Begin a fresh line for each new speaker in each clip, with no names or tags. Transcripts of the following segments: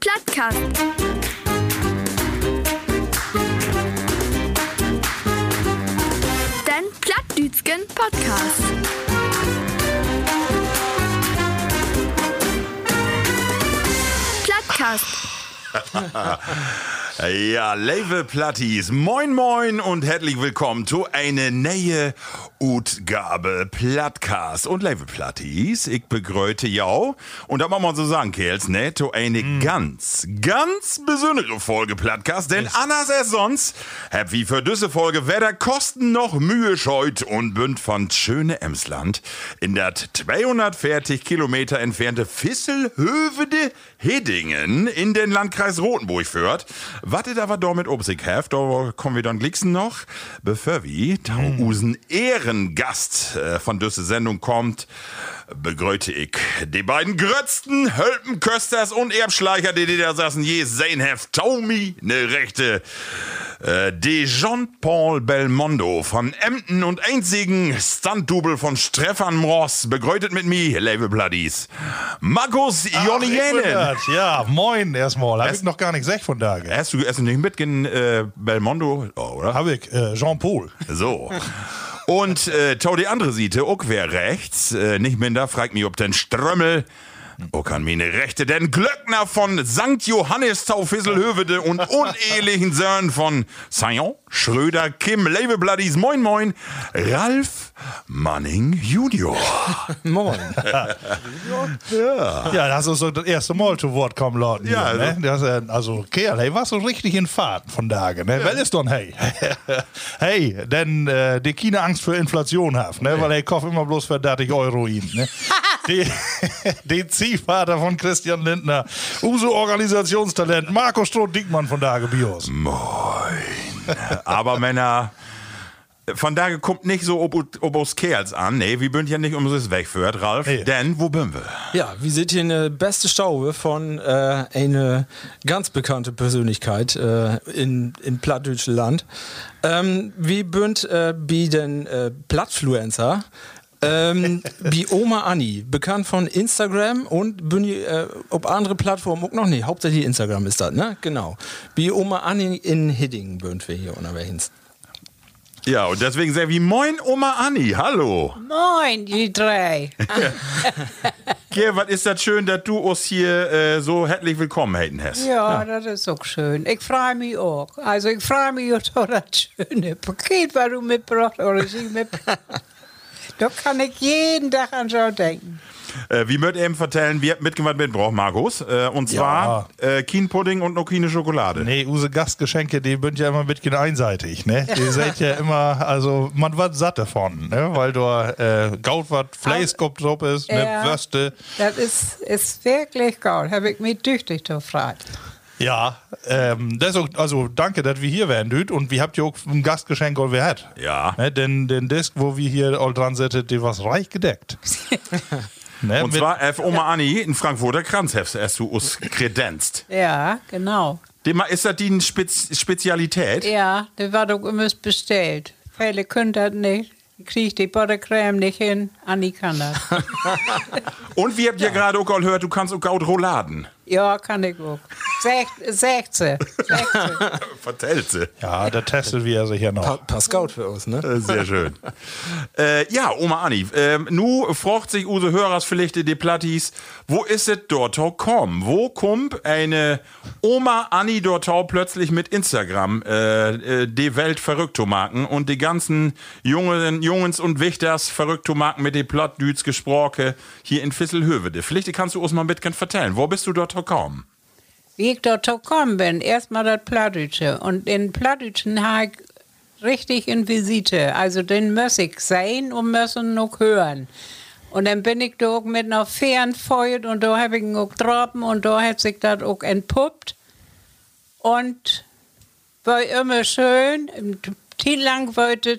Plattkast. Dein Plattdütschen Podcast. Plattkast.
Ja, liebe Platties, moin moin und herzlich willkommen zu einer neue Utgabe Plattcast. Und liebe Platties, ich begrüße jou und da machen wir so sagen, Kerls, ne, zu eine ganz, ganz besondere Folge Plattcast, denn anders als sonst, hab wie für diese Folge weder Kosten noch Mühe scheut und bünd von schöne Emsland in dat 240 Kilometer entfernte Visselhövede Hedingen in den Landkreis Rothenburg führt. Wartet aber da mit Obsig Heft, da kommen wir dann glicksen noch. Bevor wir da usen Ehrengast äh, von düsse Sendung kommt, begrüße ich die beiden grötzten Hölpenkösters und Erbschleicher, die die da saßen, je sehen heft, Tommy, ne rechte. Äh, De Jean-Paul Belmondo von Emden und einzigen Stunt-Double von Stefan Mross begrüßt mit mir, Label Bloodies, Markus Ionienen.
Ach, Ja, moin erstmal. Hab ich noch gar nicht gesagt von da. gell?
Hast du, hast du nicht mitgehen, äh, Belmondo, oh, oder?
Hab ich, äh, Jean-Paul.
So. Und äh, tau die andere Seite, auch wer rechts, äh, nicht minder, fragt mich, ob denn Strömmel, auch an meine Rechte, denn Glöckner von St. Johannes Taufisselhövede und unehelichen Söhnen von Sion, Schröder, Kim, Label Bloodies, Moin Moin, Ralf Manning Junior.
Moin. ja. ja, das ist so das erste Mal zu Wort kommen, Leute.
Ja,
hier, ne? das, äh, also Kerl, hey, warst du richtig in Fahrt von da. Ne? Well ist doch, hey. hey, denn äh, die China Angst für Inflation haft, ne? weil er kauft immer bloß verdächtig Euro ihn. Ne? Die- Den Ziehvater von Christian Lindner, Uso-Organisationstalent, Marco Stroh-Dickmann von Dage Bios.
Moin. Aber Männer, von daher kommt nicht so ob, ob uns Kerls an. Nee, wir bünd ja nicht um es wegführt, Ralf.
Nee.
Denn wo bünd wir?
Ja, wir sind hier eine beste Staube von äh, einer ganz bekannte Persönlichkeit äh, in, in plattdeutschen Land. Ähm, wir bünd äh, wie den äh, Plattfluencer. ähm, wie Oma Anni, bekannt von Instagram und bin die, äh, ob andere Plattformen auch noch nicht. Hauptsächlich Instagram ist das, ne? Genau. Wie Oma Anni in Hiddingen bünd wir hier unterwegs.
Ja, und deswegen sehr wie Moin Oma Anni, hallo.
Moin, die drei.
Ger, was ist das schön, dass du uns hier äh, so herzlich willkommen heiten hast.
Ja, das ist auch schön. Ich freue mich auch. Also ich freue mich auch auf das schöne Paket, was du mitgebracht hast, oder sie mitgebracht hast. Da kann ich jeden Tag an so denken.
Äh, wir möchten eben vertellen, wir haben mitgemacht mit Brauch Markus. Äh, und zwar äh, Kienpudding und noch keine Schokolade.
Nee, use Gastgeschenke, die sind ja immer ein bisschen einseitig, ne? Die seid ja immer, also man wird satt davon, ne? Weil da äh, Gaut wat Fleischkopf drauf ist, ne?
Ja.
Würste.
Das ist, ist wirklich geil. Habe ich mich tüchtig gefragt.
Ja, ähm, das auch, also danke, dass wir hier wären, düd. Und wir habt ja auch ein Gastgeschenk, all wir hat.
Ja.
Ne? Den, den Disk, wo wir hier all dran sitzen, die was reich gedeckt. ne?
Und
Mit-
zwar F. Oma Anni in Frankfurter Kranz hast hast du uns kredenzt.
Ja, genau.
Dem, ist das die Spez Spezialität?
Ja, das war doch immer bestellt. Viele können das nicht. Kriege die Buttercreme nicht hin. Anni kann das.
Und wir habt ja gerade auch gehört, du kannst auch Gaut Rouladen.
ja, kann ich auch. Sech, sechze. Sechze.
Vertellt sie.
ja, da testet wir sich ja
Pa
noch.
paar Scout für uns, ne?
Äh, Sehr schön. äh, ja, Oma Anni, ähm, nu frocht sich Use Hörers vielleicht die Plattis, wo ist es dort auch komm? Wo kommt eine Oma Anni dort auch plötzlich mit Instagram äh, äh, die Welt verrückt zu machen und die ganzen Jungen, Jungens und Wichters verrückt zu machen mit den Plattdüts gesprochen hier in Visselhövede? Vielleicht kannst du uns mal ein bisschen vertellen, wo bist du dort auch komm?
wie ich dort gekommen bin, erstmal das Plattdeutsche. Und in Plattdeutschen habe ich richtig in Visite. Also den muss ich sehen und müssen noch hören. Und dann bin ich da auch mit einer Fähren feuert und da habe ich ihn auch droppen und da hat sich das auch entpuppt. Und war immer schön, die lang wollte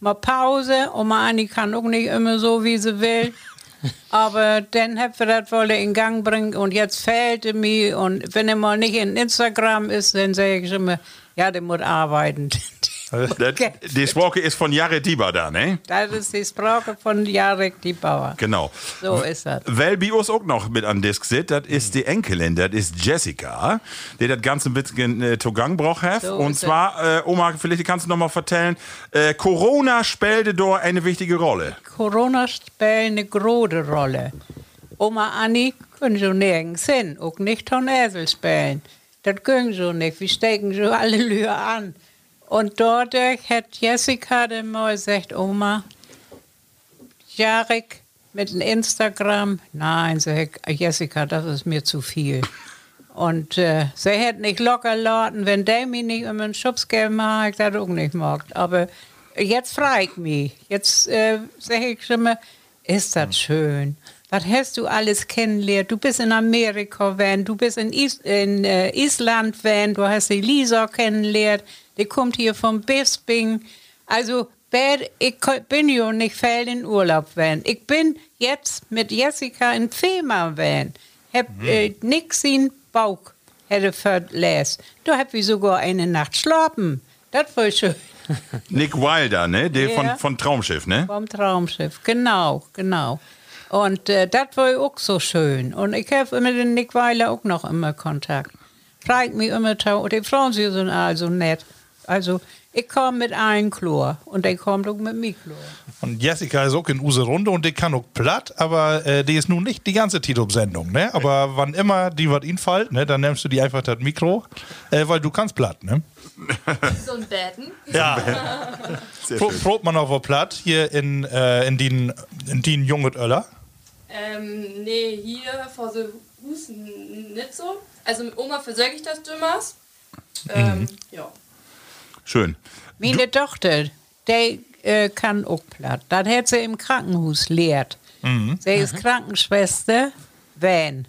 mal Pause und mal Anni kann auch nicht immer so, wie sie will. Aber dann haben wir das wolle in Gang bringen und jetzt fehlt er mir und wenn er mal nicht in Instagram ist, dann sage ich immer, ja, der muss arbeiten.
Das, Die Sprache ist von Jare Dieber da, ne?
Das ist die Sprache von Jarek die Bauer.
Genau.
So ist das.
Weil Bios auch noch mit an Disk sitzt, das ist
Mhm.
die Enkelin, das ist Jessica, die das Ganze ein bisschen äh, zu Gang braucht. hat.
So
Und
ist
zwar, äh, Oma, vielleicht kannst du noch mal vertellen, äh, Corona spielte da eine wichtige Rolle.
Corona spielt eine große Rolle. Oma Anni können so nirgends hin, auch nicht Tornesel spielen. Das können so nicht, wir stecken so alle Lühe an. Und dort hat Jessica dann mal gesagt, Oma, Jarek mit dem Instagram. Nein, sag ich, Jessica, das ist mir zu viel. Und äh, sie hätte nicht locker lauten, wenn der mir nicht immer einen Schubs gegeben hat, hätte ich das auch nicht gemacht. Aber jetzt frage ich mich, jetzt äh, sage ich schon mal, ist das schön? Was hast du alles kennengelernt? Du bist in Amerika, wenn du bist in, Is in äh, Island, wenn du hast die Lisa kennengelernt, die kommt hier von Bisping. Also Bert, ich ko- bin ja nicht viel in Urlaub wenn. Ich bin jetzt mit Jessica in Fehmarn wenn. Hab äh, nix in Bauch hätte verlässt. Du hab ich sogar eine Nacht schlafen. Das war schön.
Nick Wilder, ne? Der
Ja.
von, von Traumschiff, ne?
Vom Traumschiff, genau, genau. Und äh, das war auch so schön. Und ich habe immer den Nick Weiler auch noch immer Kontakt. Fragt mich immer, tau- und die Frauen sie sind also nett. Also ich komme mit einem Chlor und der kommt auch mit mir Chlor.
Und Jessica ist auch in Use Runde und die kann auch platt, aber äh, die ist nun nicht die ganze Titub-Sendung, ne? Aber wann immer die was ihnen fällt, ne, dann nimmst du die einfach das Mikro, äh, weil du kannst platt, ne?
So ein Betten.
Ja.
Sehr
Pro,
schön.
probt man auch wo platt hier in, äh, in den, in den Junget Öller.
Ähm, nee, hier vor so Husten nicht so. Also mit Oma versorge ich das Dümmers. Ähm,
Mhm.
ja.
Schön.
Meine Tochter, der äh, kann auch platt. Das hat sie im Krankenhaus lehrt. Sie ist Krankenschwester, wenn.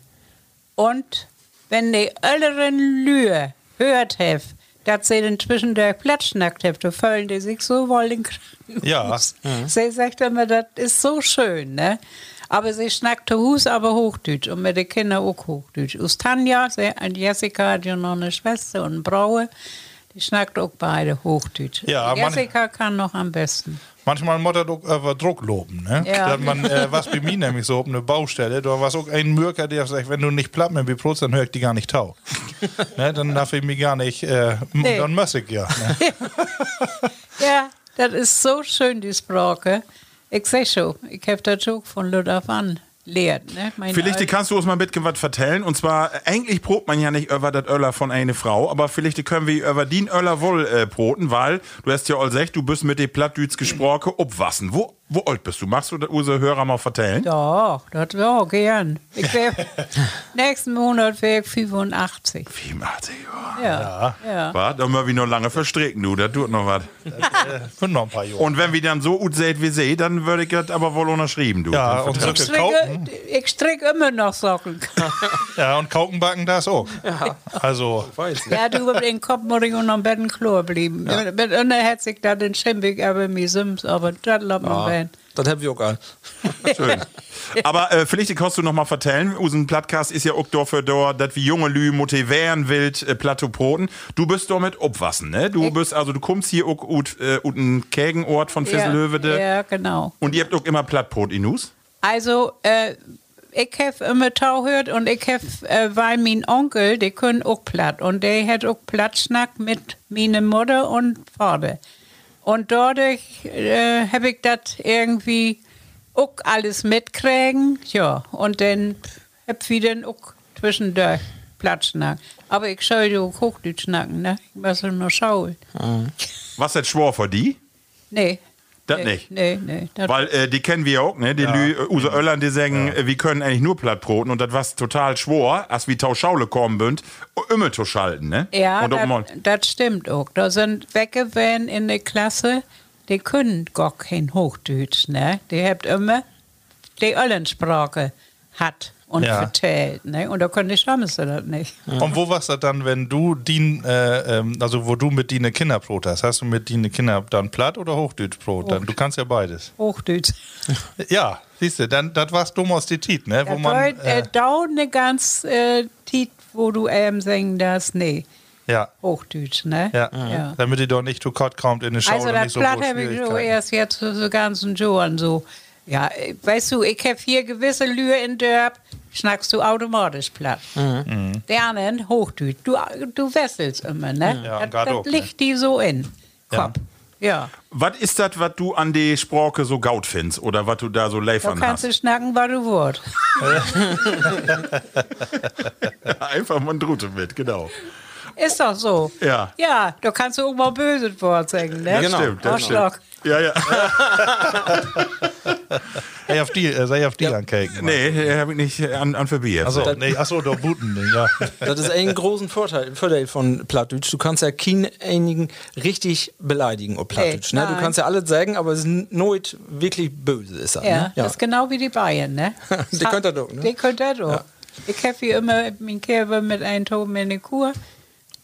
Und wenn die älteren Lühe hört hef, dass sie den zwischendurch platt schnackt hef, da fühlen die sich so wohl in Krankenhaus.
Ja.
Sie sagt immer, das ist so schön, ne? Aber sie schnackte Hus, aber Hochdeutsch und mit den Kindern auch Hochdeutsch. Aus Tanja, sie, und Jessica hat ja noch eine Schwester und einen Braue, die schnackt auch beide Hochdeutsch.
Ja, man-
Jessica kann noch am besten.
Manchmal muss er doch über Druck loben, ne?
Ja.
Dass man, äh, was bei mir nämlich so auf eine Baustelle, da war auch ein Mürker, der sagt, wenn du nicht platt mit mir brotst, dann höre ich die gar nicht tau. ne? Dann darf ich mich gar nicht, äh, m-
Nee.
dann muss ich ja. Ne?
Ja, das ist so schön, die Sprache. Ich sehe schon, ich habe das schon von Ludolf an lehrt. Ne? Meine
Vielleicht
Eltern-
kannst du uns mal ein bisschen was vertellen. Und zwar, äh, eigentlich probt man ja nicht über das Öller von einer Frau, aber vielleicht können wir über den Öller wohl äh, broten, weil du hast ja all gesagt, du bist mit den Plattdüts gesprochen, obwassen. Wo, wo alt bist du? Machst du das unsere Hörer mal vertellen?
Doch, das wäre gern. Ich wär, nächsten Monat wäre ich 85.
Wie macht ihr? Ja.
Ja, ja.
Warte, dann müssen wir noch lange verstricken, du, das tut noch was.
Für noch ein paar Jahre.
Und wenn wir dann so gut seht wie sie, dann würde ich das aber wohl unterschrieben, du.
ja,
Dann
und
Ich
solche Kauken,
stricke, ich stricke immer noch Socken.
ja, und Kaukenbacken, das auch. Also,
Weiß ich.
ja, du über den Kopf muss ich unter dem Bett im Chlor blieben. Ja. Mit einer hat sich da den Schimpig aber mir Sims, aber das lässt man werden.
Das hab ich auch all.
Schön. Aber äh, vielleicht kannst du noch mal vertellen, unseren Plattcast ist ja auch dort für dort, dass wir junge Lü motivieren wild äh, Plateauproten. Du bist doch mit obwassen, ne? Du bist also du kommst hier auch ut äh, ut einen Kägenort von Fisselhövede
Ja, ja, genau.
und ihr habt auch immer Plattbrot inus.
Also, äh, ich habe immer Tauhört und ich habe, äh, weil mein Onkel, der können auch platt. Und der hat auch Plattschnack mit meiner Mutter und Vater. Und dadurch äh, habe ich das irgendwie auch alles mitkriegen. Ja, und dann habe ich dann auch zwischendurch Plattschnack. Aber ich soll ja auch Hochdeutsch schnacken, ne? Ich muss ja nur schauen.
Was das schwor für die?
Nee.
Das
nee,
nicht.
Nee, nee. das-
Weil äh, die kennen wir auch, ne? Die Lü, äh, Use Öllern, die sagen, äh, wir können eigentlich nur Plattbroten und das was total schwor, als wir Tauschaule kommen bünd, äh, immer zu schalten, ne?
Ja,
und ob man-
das stimmt auch. Da sind weggewählt in der Klasse, die können gar kein Hochdeutsch, ne? Die habt immer die Öllensprache hat und
Ja.
vertellt. Ne? Und da konnte ich damals das nicht.
Und wo warst du dann, wenn du die, äh, ähm, also wo du mit dine Kinder Brot hast? Hast du mit dine Kinder dann Platt oder Hochdeutsch Brot? Dann, du kannst ja beides.
Hochdeutsch.
Ja, siehst du, dann, das war's dumm aus die Tiet, ne? Wo
Da
man,
deut, äh,
äh,
dauert eine ganz äh, Tiet, wo du ähm singen darfst. Nee,
ja,
Hochdeutsch, ne?
ja,
Ja.
Damit ihr doch nicht zu Kott kommt in eine Show
Also
und
das
nicht so
Blatt
große
habe ich so
Schwierigkeiten.
erst jetzt so, so ganzen Jahren so. Ja, äh, weißt du, ich habe hier gewisse Lühe in Dörp, schnackst du automatisch platt. Der anderen Hochdeutsch. Du, du wesselst immer, ne?
Ja,
das,
gerade
das
auch, ne?
liegt die so in. Kopf. Ja.
Was ist das, was du an die Sprache so gaut findest oder was du da so
Da
leifern
kannst
hast?
du schnacken, was du wollt.
Einfach mal ein Drute mit, genau.
Ist doch so.
Ja.
Ja, da kannst du auch mal böses Wort sagen, ne?
Das stimmt, das
Arschloch.
stimmt. Ja, ja.
Sei auf die, äh, sei auf die ja. ankaken.
Nee, habe ich nicht äh, an, an Verbier.
Achso, nee, achso, doch Buten, ja.
Das ist ein großen Vorteil, Vorteil von Plattdeutsch. Du kannst ja keinen einigen richtig beleidigen, ob Plattdeutsch.
Nee,
ne? Du
nein.
kannst ja alles sagen, aber es ist nooit wirklich böse. Ist das,
Ja,
ne?
das ist genau wie die Bayern, ne?
Die könnt ihr doch, ne?
Die könnt ihr doch. Ich habe hier immer meinen Kerl mit einem Toben in der Kur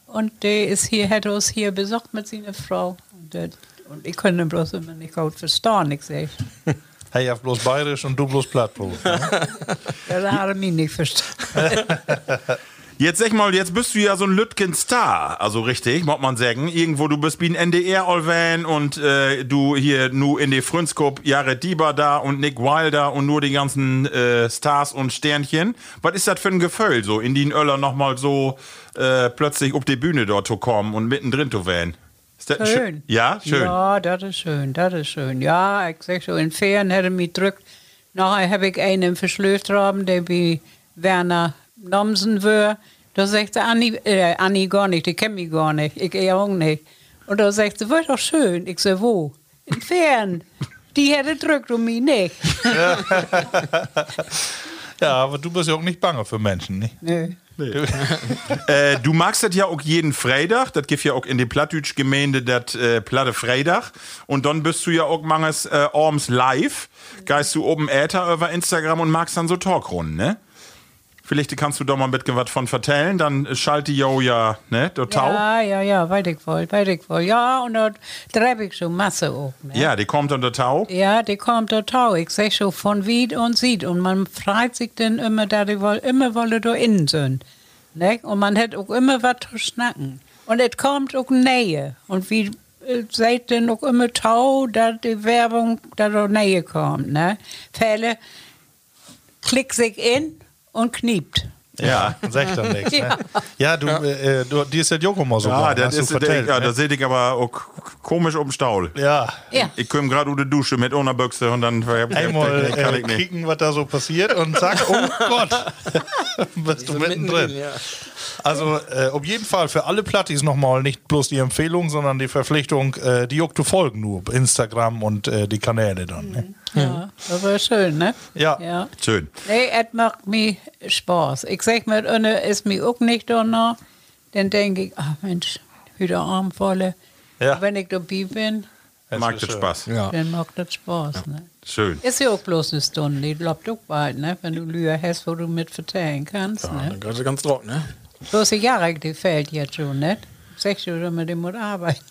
und der ist hier, hat uns hier besucht mit seiner Frau. Und, der, und ich konnte ihn bloß immer nicht gut verstehen, ich sag.
Hey, auf bloß bayerisch und du bloß Plattbrot.
Ja, da hat er mich nicht verstanden.
Jetzt sag mal, jetzt bist du ja so ein Lütgen-Star, also richtig, mag man sagen. Irgendwo, du bist wie ein NDR-Olvan und äh, du hier nur in die Frünskop, Jared Dieber da und Nick Wilder und nur die ganzen äh, Stars und Sternchen. Was ist das für ein Gefühl, so in den Öller nochmal so äh, plötzlich auf die Bühne dort zu kommen und mittendrin zu wählen? Ist das
Schön.
Ja, schön.
Ja, das ist schön, das ist schön. Ja, ich sag so, in Ferien hat er mich gedrückt. Nachher habe ich einen im Verschlüsselraum, der wie Werner Nomsen war. Da sagt sie, Anni, äh, Anni gar nicht, die kennt mich gar nicht, ich eher auch nicht. Und da sagt sie, war doch schön. Ich sag, wo? In Ferien. Die hätte drückt und mich nicht.
Ja, aber du bist ja auch nicht bange für Menschen, ne?
Nö.
Äh, du magst das ja auch jeden Freitag. Das gibt ja auch in die plattdütsch Gemeinde das äh, Platte Freitag. Und dann bist du ja auch manches äh, Orms live. Geist du oben Äther über Instagram und magst dann so Talkrunden, ne? Vielleicht kannst du da mal ein bisschen was von vertellen. Dann schalte jo ja, ne, der Tau. Ja.
Ja, ja, ja, weiß ich wohl, weiß ich wohl. Ja, und da treibe ich schon Masse auf. Ne?
die kommt unter Tau.
Ja, die kommt da tau. Ich sag schon von wie und sieht. Und man freut sich dann immer, da die wohl, immer wolle da innen sind. Ne? Und man hat auch immer was zu schnacken. Und es kommt auch Nähe. Und wie äh, seid denn auch immer tau, da die Werbung da do Nähe kommt. Ne? Fälle klickt sich in und kniept.
Ja.
Sag dann nichts, ne?
Ja.
Ja, du, Äh, du, die ist ja Joko mal so
Ja,
gegangen,
das
hast du
ist, äh,
vertellt,
ja,
ne?
da sehe ich aber auch komisch oben Staul.
Ja.
Ja.
Ich komme gerade unter Dusche mit ohne Büchse und dann
Einmal
kann
äh,
ich nicht.
kicken, was da so passiert und zack, oh Gott, bist du mittendrin.
ja.
Also äh, auf jeden Fall für alle Plattis nochmal nicht bloß die Empfehlung, sondern die Verpflichtung, äh, die Juck zu folgen nur, Instagram und äh, die Kanäle dann. Ne?
Ja, das war schön, ne?
Ja.
ja.
Schön.
Nee, es macht mir Spaß. Ich sag mir, ohne ist mir auch nicht danach. Dann denke ich, ach Mensch, wieder Arm volle.
Ja.
Wenn ich dabei bin,
Mag
ist
das
schön.
Spaß.
Ja.
dann macht das Spaß. Ne?
Schön.
Ist ja auch bloß eine Stunde, die läuft auch bald, ne? wenn du Lühe hast, wo du mit verteilen kannst. Ne?
Dann gerade ganz trocken, ne?
Bloß die Jahre, die fällt jetzt schon, ne? Sechs Jahre mit dem muss arbeiten.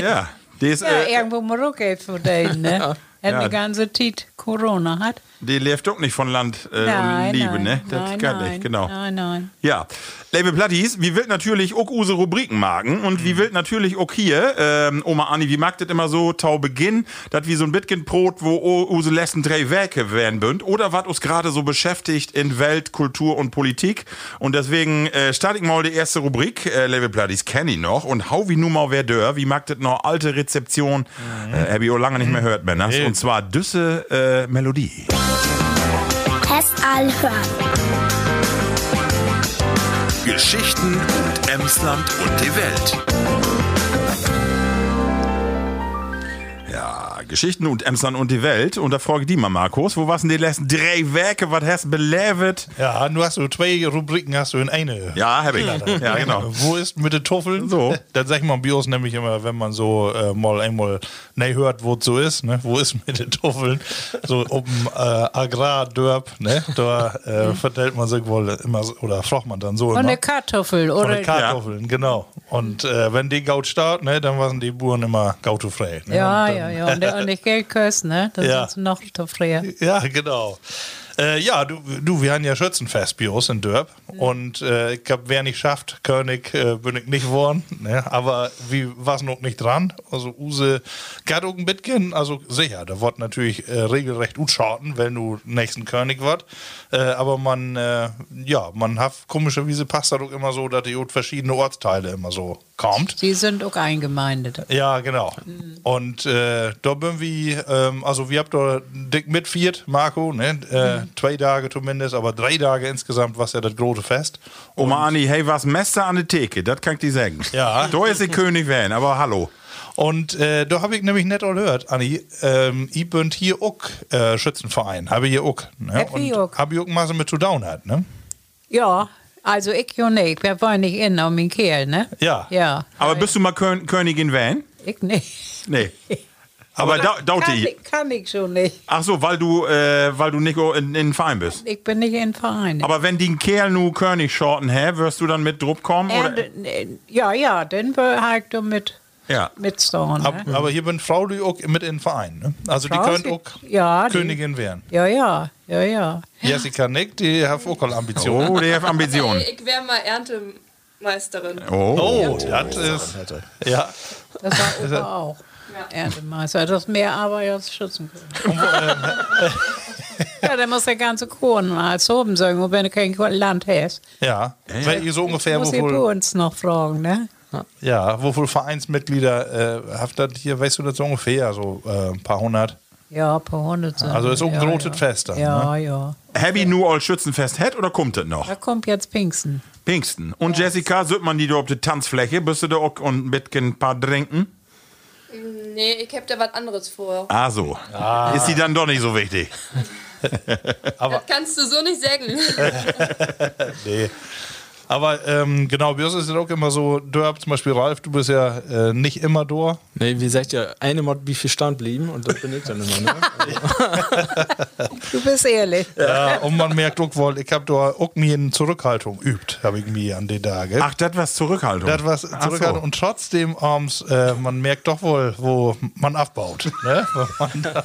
Ja. Die ist,
ja,
äh,
irgendwo muss auch Geld verdienen, ne? Hat
Ja.
eine ganze Zeit Corona hat.
Die lebt doch nicht von Land äh, und Liebe,
nein,
ne? Das
nein,
kann
nein,
nicht, genau.
Nein, nein.
Ja. Label Platties, wie wild natürlich auch use Rubriken magen und wie wild natürlich auch hier, ähm, Oma Anni, wie mag das immer so, tau Beginn, dat wie so ein Bitgenbrot, wo o- use letzten drei Werke werden bünd oder wat uns gerade so beschäftigt in Welt, Kultur und Politik und deswegen äh, starte ich mal die erste Rubrik, äh, Label Platties kenn ich noch und hau wie nun mal wer dör, wie mag das noch alte Rezeption, äh, hab ich auch lange nicht mehr hört, Männers, und zwar Düsse äh, Melodie.
Test all hören.
Geschichten und Emsland und die Welt.
Ja, Ja, Geschichten und Emsland und die Welt. Und da frage ich dich mal, Markus, wo waren denn die letzten drei Werke, was hast du belebt?
Ja, du hast so zwei Rubriken hast du in eine.
Ja, hab ich. Ja, genau.
Wo ist mit den Tuffeln?
So.
Dann sag ich mal, Bios nämlich immer, wenn man so äh, mal einmal ne, hört, wo es so ist, ne? wo ist mit den Tuffeln? So oben äh, Agrardörp, ne? da äh, verteilt man sich wohl immer, so- oder fragt man dann so
Mhm. Von
immer.
der Kartoffel,
Von
oder?
den Kartoffeln, genau. Und äh, wenn die Gaut starrt, ne, dann waren die Buren immer gautofrei. Ne?
ja,
Und dann-
ja, ja. Und, und nicht Geld kost, ne? Das
Ja.
ist noch teurer.
Ja, genau. Äh, ja, du, du, wir haben ja Schützenfest Bios in Dörp. Und äh, ich glaube, wer nicht schafft, König äh, bin ich nicht geworden. Ne? Aber wie war's noch nicht dran? Also Use Gadogen Bitgen, also sicher, da wird natürlich äh, regelrecht utscharten, wenn du nächsten König wird. Äh, aber man, äh, ja, man hat komischerweise passt das auch immer so, dass die auch verschiedene Ortsteile immer so kommt.
Die sind auch eingemeindet.
Ja, genau. Und äh, da bin wir, ähm, also wir habt da dick mitviert, Marco, ne? äh,
Mhm.
zwei Tage zumindest, aber drei Tage insgesamt, was ja das große Fest.
Oma Anni, hey, was Mester an der Theke, das kann ich dir sagen.
Ja.
Da ist die König werden, aber hallo.
Und äh, da habe ich nämlich nicht all gehört, Anni, ähm, ich bin hier auch äh, Schützenverein, habe hier auch. Ne?
Happy
Und
auch.
Habe ich auch mal so mit zu down hat, ne?
Ja, also ich ja nicht. Wir wollen nicht in um den Kerl, ne?
Ja.
Ja.
Aber bist du mal Kön Königin werden?
Ich nicht.
Nee. Aber da, dauert
kann,
die.
ich, kann ich schon nicht.
Ach so, weil du, äh, weil du Nico in, in den Verein bist.
Ich bin nicht in Verein.
Aber wenn die Kerl nu König shorten, hä, wirst du dann mit Druck kommen? Oder?
Und, äh, ja, ja, dann halt du mit,
Ja.
mit Zorn.
Ab,
Ne?
Aber hier bin Frau die auch mit in den Verein, ne? Also
Frau
die
sie-
könnt auch
ja, die-
Königin werden.
Ja, ja, ja, ja.
Jessica Nick, die hat auch alle Ambitionen.
Oh, der hat Ambitionen.
Ich wäre mal Erntemeisterin.
Oh.
Oh, das ist, ja.
Das war Opa auch. Erntemeister, das ist mehr Arbeit als Schützenkönig. ja, dann muss der ganze Kuchen mal oben sagen, und wenn du kein Land hast.
Ja, weil ihr so ungefähr,
Muss ich bei
wovon,
uns noch fragen, ne?
ja, wovon Vereinsmitglieder äh, habt das hier, weißt du das so ungefähr, so äh, ein paar hundert.
Ja, ein paar hundert sind.
Also ist auch ein
ja,
großes
ja.
Fest dann,
Ja, ja.
Happy nu all Schützenfest hat oder kommt das noch?
Da kommt jetzt Pinksten.
Pinksten. Und Jessica, sieht man die da auf der Tanzfläche? Bist du da auch und mit ein paar trinken?
Nee, ich hab da was anderes vor.
Ah, so. Ist die dann doch nicht so wichtig?
Das kannst du so nicht sagen.
Nee. Aber ähm, genau, bei uns ist es auch immer so, Dörp, zum Beispiel Ralf, du bist ja äh, nicht immer da.
Nee, wie gesagt, ja, eine Mod, wie viel stand blieben und das bin ich dann immer. Ne?
Du bist ehrlich.
Ja, Äh, und man merkt auch wohl, ich habe da auch mir eine Zurückhaltung übt, habe ich mir an den Tagen.
Ach, das was Zurückhaltung.
Das was
Ach so.
zurückhaltung. Und trotzdem, abends, äh, man merkt doch wohl, wo man abbaut. Ne? Wenn man da-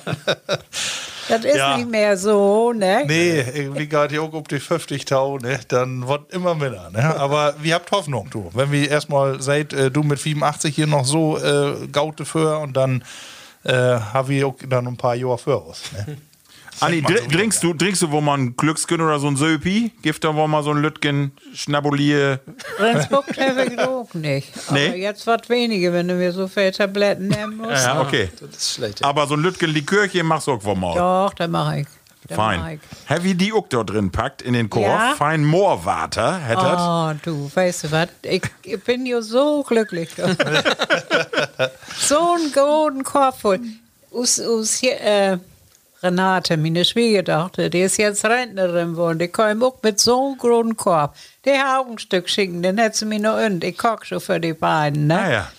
Das ist
Ja.
nicht mehr so, ne?
Nee, irgendwie gerade auch ob die 50.000, ne? dann wird immer mehr. Ne? Aber wir habt Hoffnung, du. Wenn wir erstmal seit äh, du mit 87 hier noch so äh, gaute für und dann äh, haben wir auch dann ein paar Jahre für uns. Ne?
Anni,
Sagt man
dr
so
trinkst, du, trinkst du wo mal ein Glücksgen oder so ein Söpi? Gibt da wo mal so ein Lütgen, Schnabulier?
Rendsburg treffe ich auch nicht. Aber
Nee?
jetzt wird wenige, wenn du mir so viele Tabletten nehmen musst.
Ja, okay.
Das ist schlecht. Ja.
Aber so ein Lütgen Likörchen machst du auch wo mal.
Doch, dann mache ich. Dann mach
Fein.
ich.
Heavy die auch da drin packt in den Korb.
Ja?
Fein Moorwater hättet.
Oh, du, weißt du was? Ich, ich bin ja so glücklich. so einen guten Korb voll. Us, us, hier, äh, Renate, meine Schwiegertochter, die ist jetzt Rentnerin geworden. Die kam auch mit so einem großen Korb. Die hat auch ein Stück schicken, den hätte sie mir noch und. Ich koche schon für die beiden. Ne?
Ah, ja.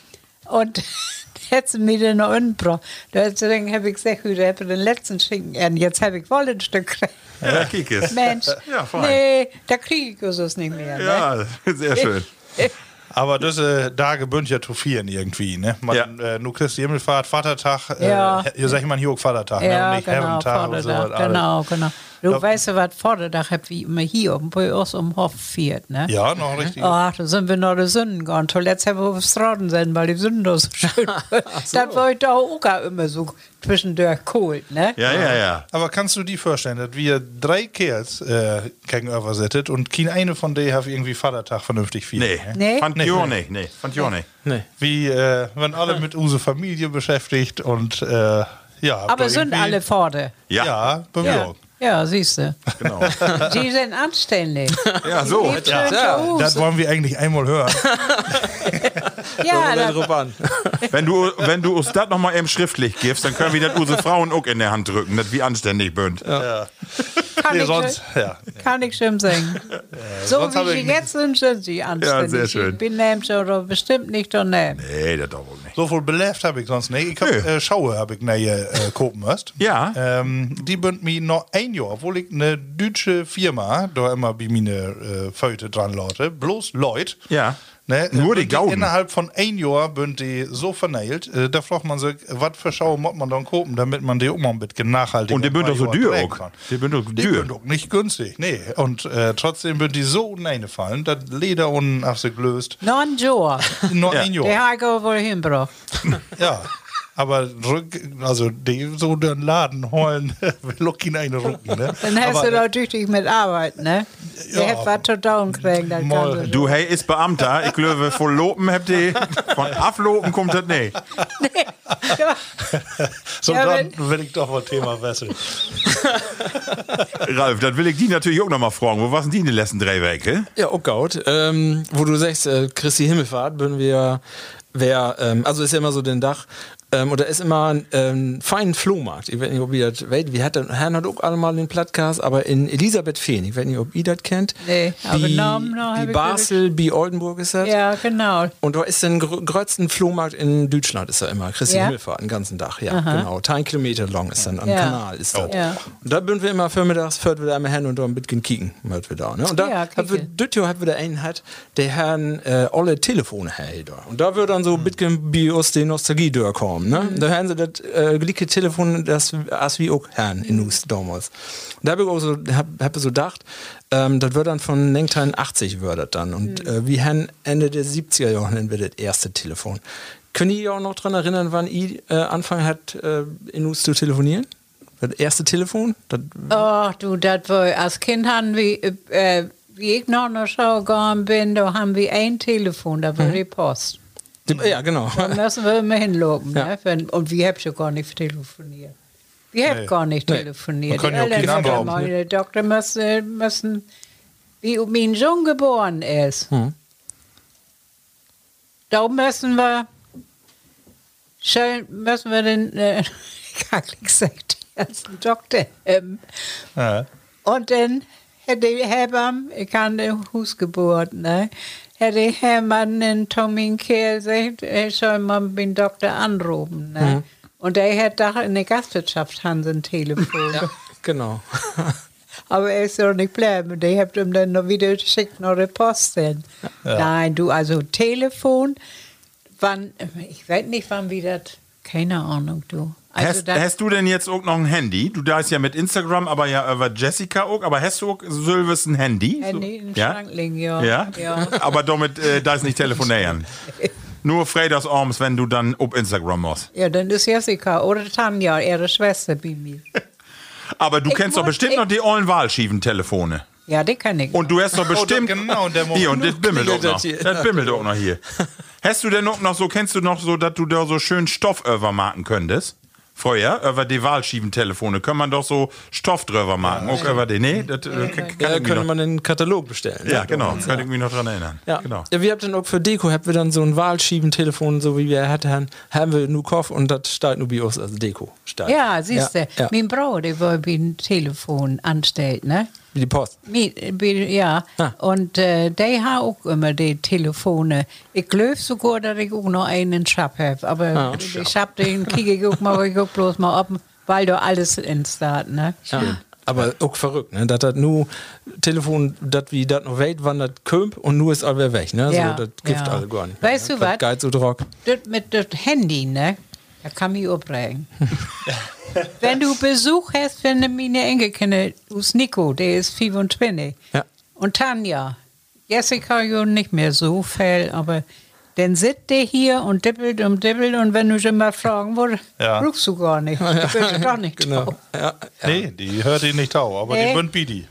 Und hätte sie mir den noch ungebracht. Deswegen habe ich gesagt, ich habe den letzten Schinken. Und jetzt habe ich wohl ein Stück. gekriegt.
Ja, kick es.
Mensch,
Ja, fein.
nee, da kriege ich es nicht mehr. Ne?
Ja, sehr schön.
Aber das äh, da gebündelt ja zu vieren irgendwie. Ne? Man,
Ja.
äh, nur Christi Himmelfahrt, Vatertag, äh,
Ja.
ihr sagt man hier auch Vatertag, ne? und
Ja,
nicht
genau,
Herrentag und so
Vordertag,
was alles.
genau, genau. Du
Glaub-
weißt ja, was Vordertag hab wie immer hier um, bei uns um Hof fährt, ne?
Ja, noch richtig.
Ach, da sind wir noch die Sünden gegangen. Zuletzt haben wir aufs Roden sind, weil die Sünden da so schön Das war ich da auch immer so zwischendurch cool, ne?
Ja, ja, ja.
Aber kannst du dir vorstellen, dass wir drei Kerls äh, gegenüber sittet und kein eine von denen hat irgendwie Vatertag vernünftig viel?
Nee.
Nee?
Fand
Nee.
ich auch nicht. Nee. Fand ich auch nicht.
Nee.
Wie, äh, wenn alle mit unsere Familie beschäftigt und äh, ja.
Aber sind alle Vorder.
Ja.
Ja, ja Bewegung.
Ja, siehst du.
Genau.
Die sind anständig.
Ja, so.
Ja.
Das wollen wir eigentlich einmal hören.
Ja,
Kommt
das,
drauf an.
Wenn du, wenn du uns das nochmal eben schriftlich gibst, dann können wir das unsere Frauen auch in der Hand drücken, das wie anständig bünd.
kann,
Nee,
ich
sonst,
schon,
ja.
kann ich schon singen. so
sonst hab
wie
ich
sie
nicht-
jetzt sind, sind sie anständig.
sehr schön.
Ich bin nämlich oder bestimmt nicht daneben.
Nee, das doch wohl nicht.
So viel belebt habe ich sonst nicht. Ich hab,
Nö.
äh, Schaue habe ich nähe äh, Kopenhöst.
Ja.
Ähm, die bünd mir noch ein Jahr, obwohl ich eine deutsche Firma, da immer bei meine äh, Föte dran laute, bloß Leute.
Ja.
Ne, äh,
Nur die
bünd
Gauden.
Innerhalb von ein Jahr bünd die so vernäht, äh, da fragt man sich, was für Schau muss man dann kopen, damit man die auch mal ein bisschen nachhaltig
Und die bünd doch so dür auch.
Die
Die bünd doch
die
dür.
bünd auch nicht günstig, nee. Und äh, trotzdem bünd die so fallen, dass Leder unten auf sich löst.
Non Joa.
Nur
Ja.
ein Jahr.
Der habe ich auch wohl hinbracht.
Ja. Aber rück, also die so den Laden holen, lock ihn einen Rücken, ne?
Dann hast
Aber,
du doch tüchtig mit Arbeit, ne?
Ja.
Der hätte was zu tun kriegen. das
Moll.
kann
Du, hey, ist Beamter. Ich glaube, von Lopen habt ihr, von Aflopen kommt das nicht.
so- Ja.
So,
Ja,
dann will ich doch mal Thema Wessel.
Ralf, dann will ich die natürlich auch nochmal fragen. Wo waren die in den letzten drei Wochen?
Ja, oh Gott. Ähm, wo du sagst, äh, Christi Himmelfahrt, würden wir, wer, ähm, also ist ja immer so den Dach, ähm, oder ist immer ein ähm, feinen Flohmarkt. Ich weiß nicht, ob ihr das weiß. Wir hatten Herrn hat auch einmal den Plattcast, aber in Elisabeth Fehn, ich weiß nicht, ob ihr das kennt.
Nee, aber
Bi-
Namen noch hab
Bi
ich
Basel, Bi Oldenburg ist das.
ja, genau.
Und da ist ein gr- größten Flohmarkt in Deutschland, ist er immer. Christi
Ja.
Himmelfahrt, den ganzen Tag, ja, genau. Ein Kilometer lang ist dann am
Ja.
Kanal. Ist das.
Ja.
Und da bünden wir immer vormittags, fährt wir da einmal hin und da ein bisschen kicken, hört wir da. Ne? Und da
Ja,
ja,
kicken.
haben wir, das Jahr haben wir da einen hat, der Herrn äh, alle Telefone hält. da. Und da wird dann so ein bisschen wie aus der Nostalgie durchkommen. Ne? Da hören sie das äh, geliebte Telefon, das as wie auch Herrn in uns damals. Und da habe ich auch so, hab, hab ich so gedacht, ähm, das wird dann von Nengtein 80 wird das dann. Und äh, wie Herrn Ende der 70er Jahre nennen wir das erste Telefon. Können ihr auch noch daran erinnern, wann ihr äh, angefangen hat, äh, in uns zu telefonieren? Das erste Telefon? Das,
Oh, du, alltså, das war als Kind haben wir, äh, wie ich noch nach Schau gegangen bin, da haben wir ein Telefon, da
Mm.
war die Post. alltså,
ja, genau.
Da müssen wir immer hinlopen.
Ja.
Ne? Wenn, und wir haben schon gar nicht telefoniert. Wir haben gar nicht
Nee.
Man
telefoniert.
kann ja auch
Die Eltern
keinen
haben
anrufen.
immer, Der Doktor müssen, müssen wie mein Sohn geboren ist.
Hm.
Da müssen wir, schön, müssen wir den, äh, ich kann nichts sagen, den ganzen Doktor haben.
Ja.
Und dann hätte ich Hebam, ich kann den Hus geburt, ne? Hätte ich Hermann den Tommy Kehl gesagt, er soll mal den Doktor anrufen, ne? Und er hätte da in der Gastwirtschaft haben sie ein Telefon.
Genau.
Aber er ist doch nicht bleiben. Die habt ihm dann noch wieder geschickt, noch eine Post hin. Nein, du, also Telefon, wann, ich weiß nicht, wann wieder, keine Ahnung, du. Also
hast, hast du denn jetzt auch noch ein Handy? Du da ist ja mit Instagram, aber ja über Jessica auch. Aber hast du auch Sylves ein Handy?
Handy Äh, in den
ja?
Schrank legen, ja.
Ja?
ja.
Aber damit, äh, da ist nicht telefonieren. Nur Freitags abends, wenn du dann ob Instagram musst.
Ja, dann ist Jessica oder Tanja, ihre Schwester, bei mir.
Aber du
Ich
kennst doch
muss-
bestimmt
ich-
noch die ollen wahlschiefen Telefone.
Ja, die kann ich.
Und du hast doch bestimmt.
das- genau, der Moment.
hier, und das bimmelt auch
klingelt
noch.
das hier.
Das bimmelt auch noch hier. Hast du denn auch noch so, kennst du noch so, dass du da so schön Stoff drüber machen könntest? Vorher, über die wahlschiefen Telefone, kann man doch so Stoff drüber machen. auch über die, nee, das äh, kann, kann
Ja,
ich mich
könnte
noch,
man den Katalog bestellen. ne?
ja, genau, kann ich mich noch dran erinnern.
Ja.
Genau.
ja, wir haben dann auch für Deko, haben wir dann so ein Wahlschieben-Telefon, so wie wir hatten, haben wir nur Kopf und das steigt nur bei uns, also Deko. Steigt.
ja, siehst du,
Ja, ja.
mein Bruder, der war beim Telefon anstellt, ne?
Wie die Post.
Mi- bi- Ja,
Ah.
und äh, die haben auch immer die Telefone. Ich glaube sogar, dass ich auch noch einen Schab habe, aber ich habe den kriege ich auch mal, ich guck bloß mal ob, weil du alles instart, ne?
Ja. Aber auch verrückt, ne? Dass das nur Telefon, das wie das noch welt, wann das kömmt und nur ist alle weg, ne?
Ja,
So, das gibt
ja.
alle gar nicht. ne?
Weißt du
Das
was?
Geiz und Rock.
Das mit dem Handy, ne? Da kann mich umbringen. wenn du Besuch hast, wenn du meine Enkelkinder, us Nico, der ist 25.
Ja.
Und Tanja. Jessica, jo, nicht mehr so viel, aber dann sitzt der hier und dippelt und dippelt und wenn du schon mal fragen würdest,
Ja.
rufst du gar nicht. Du bist ja gar nicht
Genau.
da.
Ja.
Nee, die hört ihn nicht tau, aber
Nee.
die bünd Bidi.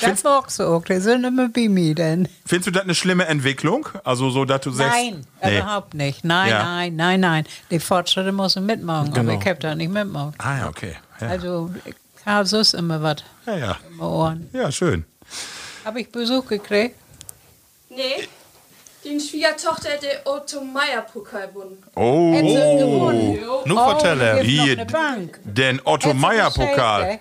Das magst du auch, die sind immer bei mir denn.
Findest du das eine schlimme Entwicklung? Also so, dass du sagst...
Nein, Äh,
Nee.
überhaupt nicht. Nein,
Ja.
nein, nein, nein. Die Fortschritte muss ich mitmachen,
Genau.
aber ich hab da nicht mitmachen.
Ah ja, okay. Ja,
Also, ich habe sonst immer was
ja, ja.
im Ohren.
ja schön. Oh.
Habe ich Besuch gekriegt?
Nee, gegen Schwiegertochter der Otto Meyer Pokal gewonnen.
Oh,
Hättest du gewonnen.
Nu
Oh,
vertelle.
hier
Hier.
ist noch eine Bank.
den Otto
Hättest du
Meyer
geschenkt,
Pokal.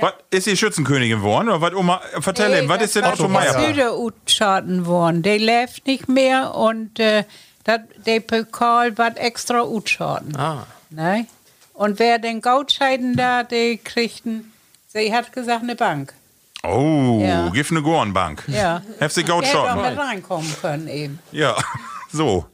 Was ist die Schützenkönigin geworden? Oder was, Oma, vertell ihm, was ist denn Otto Meyer
Das
Pokal?
Süder-Utscharten worden. Der läuft nicht mehr und äh, dat, der Pokal war extra Utscharten.
Ah.
Ne? Und wer den Gautscheiden da, die kriegten, sie hat gesagt, eine Bank.
Oh,
Ja.
gif ne Gornbank.
Ja.
FC
Der hätte auch
Goudschotten.
mit reinkommen können eben.
Ja, so.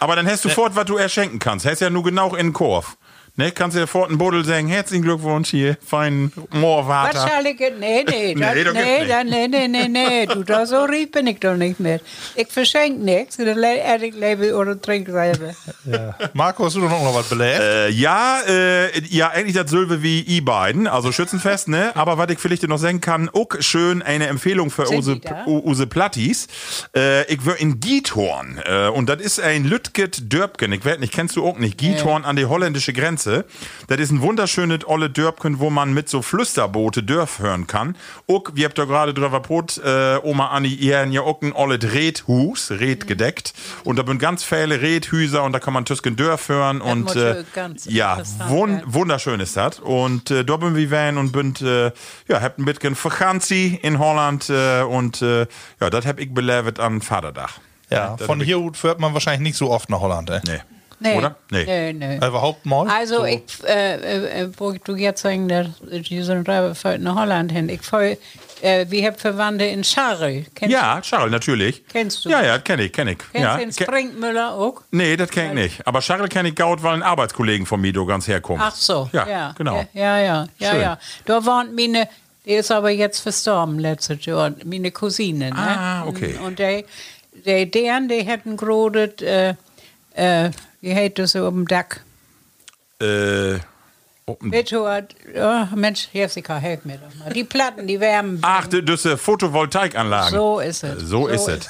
Aber dann hast du fort, was du erschenken kannst. Hast ja nur genau in den Korf. Ne, kannst dir fort einen Buddel sagen, herzlichen Glückwunsch hier, fein Moorwater.
Wahrscheinlich, nee,
Nee,
nee, das,
doch
nee,
gibt's nicht.
da- nee, nee, nee, nee, du, da so rief bin ich doch nicht mehr. Ich verschenke nichts, dann lebe ich lebe oder trinke selber.
Ja. Marco, hast du doch noch was belegt?
Äh, ja, äh, ja, eigentlich das Silbe wie i beiden, also Schützenfest, ne? Aber was ich vielleicht noch sagen kann, auch schön eine Empfehlung für
Sind
Use,
die da?
U- Use Plattis. Äh, ich wär in Giethorn äh, und das ist ein Lütget Dörpken. Ich werd nicht, kennst du auch nicht. Giethorn an die holländische Grenze. Das ist ein wunderschönes olle Dörpken, wo man mit so Flüsterboote Dörf hören kann. Auch, wir habt da gerade drüber pot, äh, Oma Anni, ihr habt ja auch ein ollet Redhus, Red gedeckt.
Mhm.
Und da sind ganz viele Redhüser und da kann man Tüsken Dörf hören. und
muss
äh,
ja ganz
ja,
interessant
wun
werden.
wunderschön ist das. Und äh, da bin wir van und bin, äh, ja, hab ein bisschen Vakantie in Holland. Äh, und äh, ja, das hab ich belebt an Vaterdach.
Ja,
das
von
hab ich-
hier aus fährt man wahrscheinlich nicht so oft nach Holland, ey.
Nee.
Nee,
Oder? Nee.
nee, nee.
Überhaupt mal?
Also
so.
ich, äh, äh, wo du jetzt sagen, dass die sind da für nach Holland hin. Ich voll, äh, wir haben Verwandte in Scharre. Kennst
Ja, Charles, natürlich.
Kennst du?
Ja, ja, kenn ich, kenn ich.
Kennst
ja,
du den
ke-
Springmüller auch?
nee, das kenn ich nicht. Aber Charles kenn ich gaut, weil ein Arbeitskollegen von mir do ganz herkommt.
Ach so,
Ja,
ja.
genau.
Ja, ja, ja,
Schön.
ja. Da waren meine, die ist aber jetzt verstorben letztes Jahr, meine Cousine. Ne?
Ah, okay.
Und die, die, deren, die hätten gerodet, äh, äh, wie heißt das so oben Dach?
Äh, oh,
Meteorit, oh, Mensch, Jessica, helf mir doch mal. Die Platten, die wärmen.
ach, das ist Photovoltaikanlagen. Äh,
So ist es.
Ah, So, ist es.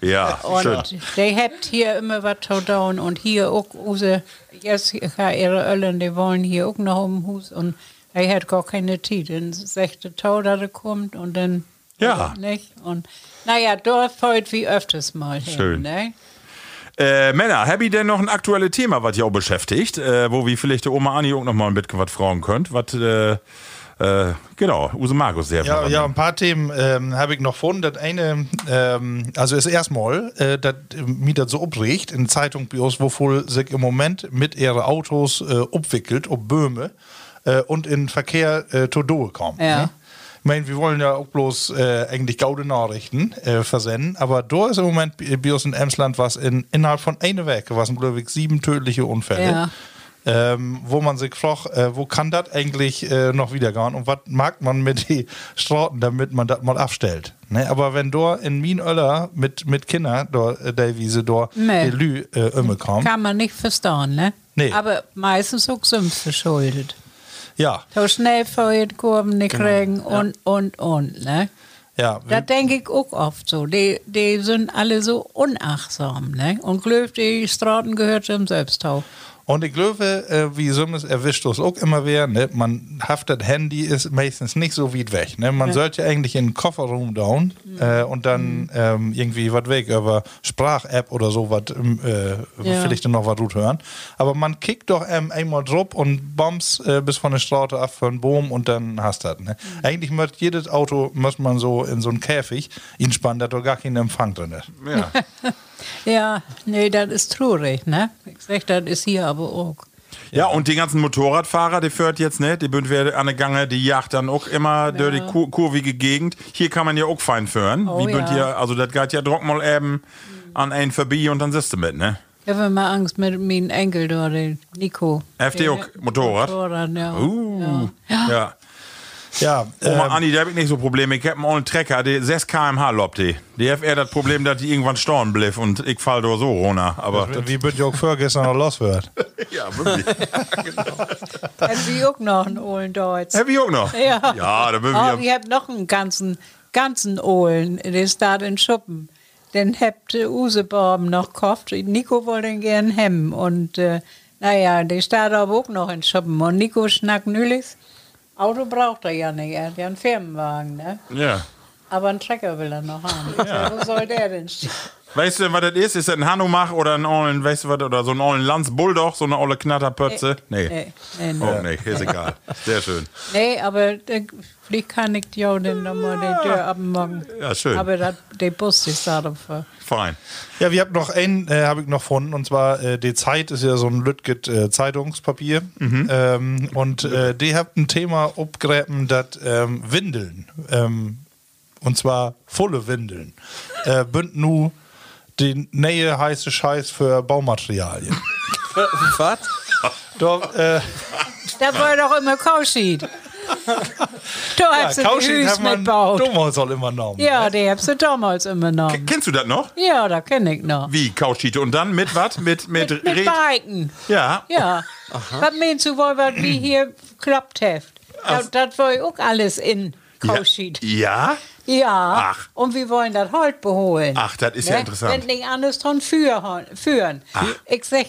Ja, schön.
Und die habt hier immer was zu tun und hier auch use Jessica, ihre Öllen, die wollen hier auch noch um den Hus und er hat gar keine Zeit. Dann sagt der Tau, dass er kommt und dann
Ja.
nicht. Und naja, dort fällt wie öfters mal hin.
Schön.
Ne?
Äh, Männer, habt ihr denn noch ein aktuelles Thema, was ihr auch beschäftigt, äh, wo wir vielleicht der Oma Anni auch noch mal ein bisschen was fragen könnt? Was, äh, äh, genau, Use Markus sehr
Ja,
viel
ja,
dran.
ein paar Themen ähm, habe ich noch gefunden. Das eine, ähm, also ist erstmal, äh, dass mich das so abregt in Zeitung Bios, wovon sich im Moment mit ihren Autos äh, abwickelt, ob Böhme äh, und in Verkehr äh, Todol kommt.
Ja.
Ne? Ich meine, wir wollen ja auch bloß äh, eigentlich gaude Nachrichten äh, versenden, aber da ist im Moment Bi- Bios in Emsland was in, innerhalb von einer Woche, was glaube ich sieben tödliche Unfälle.
Ja.
Ähm, wo man sich fragt, äh, wo kann das eigentlich äh, noch wieder gehen und was mag man mit den Straßen, damit man das mal abstellt. Ne? Aber wenn da in Mienöller mit, mit Kindern, da, äh, der Wiese, da
Nee.
die Lü äh, immer kommt,
Kann man nicht verstauen, ne?
Nee.
Aber meistens auch Sümpf verschuldet.
ja,
So schnell fällt, Kurven nicht
Genau.
kriegen und, und, und, ne?
ja,
Da denke ich auch oft so. Die, die sind alle so unachtsam, ne? Und glöf, die Straßen gehört zum Selbsthau.
Und ich glaube, äh, wie Summes erwischt uns auch immer wer, ne? man haftet Handy ist meistens nicht so weit weg. Ne? Man sollte eigentlich in den Kofferraum down äh, und dann ähm, irgendwie was weg über Sprach-App oder so was, ähm, äh,
Ja.
vielleicht noch was gut hören. Aber man kickt doch ähm, einmal drauf und bombs äh, bis von der Straße ab für einen Boom und dann hast du das. Ne? Eigentlich muss jedes Auto, muss man so in so einen Käfig ihn spannen, da doch gar keinen Empfang drin ist.
Ja.
Ja, nee, das ist traurig, ne? Ich sag, das ist hier aber auch.
ja, und die ganzen Motorradfahrer, die fährt jetzt, ne? Die bünd werden an der Gange, die jagt dann auch immer durch die kur kurvige Gegend. Hier kann man ja auch fein fahren.
Oh,
Wie bünd
ja.
hier, also das geht ja trocken mal eben an einen vorbei und dann sitzt du mit, ne?
Ich habe immer Angst mit meinem Enkel da, den Nico.
FD auch Motorrad.
Motorrad, ja.
Uh, ja.
Ja,
Oma
ähm,
Anni, da hab ich nicht so Probleme. Ich hab einen ollen Trecker, der 6 km/h lobt die. Die hat eher das Problem, dass die irgendwann storn bliff und ich fall da so runter. Aber
wie Björn Jörg Ferguson noch los wird.
ja, wirklich.
Hätten Sie auch noch einen Ohlen Deutsch?
Hab ich auch noch.
Ja.
ja da bin
Oh,
ich
ihr
ja.
habt noch einen ganzen, ganzen Ohlen, der ist da in Schuppen. Den habt äh, Useborben noch gekauft. Nico wollte ihn gern hemmen. Und äh, naja, der steht aber auch noch in Schuppen. Und Nico schnackt nülis. Auto braucht er ja nicht, er hat ja einen Firmenwagen, ne?
ja. Oh,
Aber einen Trecker will er noch haben. Ich sag, Wo soll der denn stehen?
Weißt du, was das ist? Ist das ein Hanumach oder ein Ollen, weißt du was, oder so ein Ollen Lanz Bulldog, so eine Olle Knatterpötze? Nee.
Nee, nee, nee.
Oh, nee, ist egal. Sehr schön.
Nee, aber äh, vielleicht kann ich dir auch dann nochmal die Tür abmachen.
Ja, schön.
Aber das, der Bus ist da dafür.
Fein.
Ja, wir haben noch einen, äh, habe ich noch gefunden, und zwar äh, die Zeit ist ja so ein Lütget äh, Zeitungspapier.
Mhm.
Ähm, und äh, die habt ein Thema abgräben, das ähm, Windeln. Ähm, und zwar volle Windeln. äh, bünd nu die nähe heiße Scheiß für Baumaterialien.
Was?
Doch, äh,
Da war doch immer Kauschied. du hast ja, den
Kauschi
Hüß
hat man
mitgebaut.
Dummer soll immer genommen.
Ja, die hast du damals immer
K-
genommen.
Kennst du das noch?
Ja, da kenne ich noch.
Wie, Couchschiete? Und dann mit was? Mit, mit,
Mit, mit
Red-
Balken.
Ja.
Ja. Was meinst du wohl, was wir hier geklappt heft? Das, das war ja auch alles in Kauschied.
Ja?
Ja,
Ach.
und wir wollen das Holz beholen. Ne?
Ach, das ist ja interessant.
Wenn nicht anders dran führen. führen. Ich sag,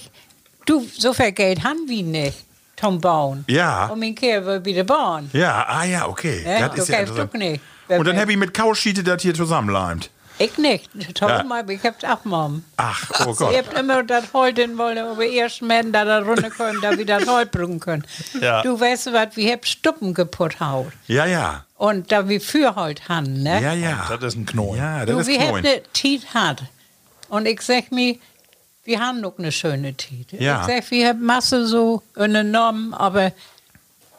du, so viel Geld haben wir nicht zum Bauen.
Ja.
Und mein Kerl will wieder bauen.
Ja, ah ja, okay.
Ja,
das ist
du
ja
kennst
interessant.
doch nicht.
Und dann habe ich mit Couchschiete das hier zusammenleimt.
Ich nicht. Tom,
Ja.
aber ich hab's abgenommen.
Ach, oh
Ihr
Gott.
habt immer das Holz in wollen, aber erst Männer da da runter können, da wieder das Holz bringen können.
Ja.
Du weißt du was, wir haben Stuppen kaputt haut.
Ja, ja.
Und da wir Fürhold haben, ne?
Ja, ja.
Das ist ein Knoll.
Ja,
Du,
das ist
wir haben
cool.
eine Tiet hat. Und ich sag mir, wir haben noch eine schöne Tiet.
Ja.
Ich sag, wir haben Masse so genommen, aber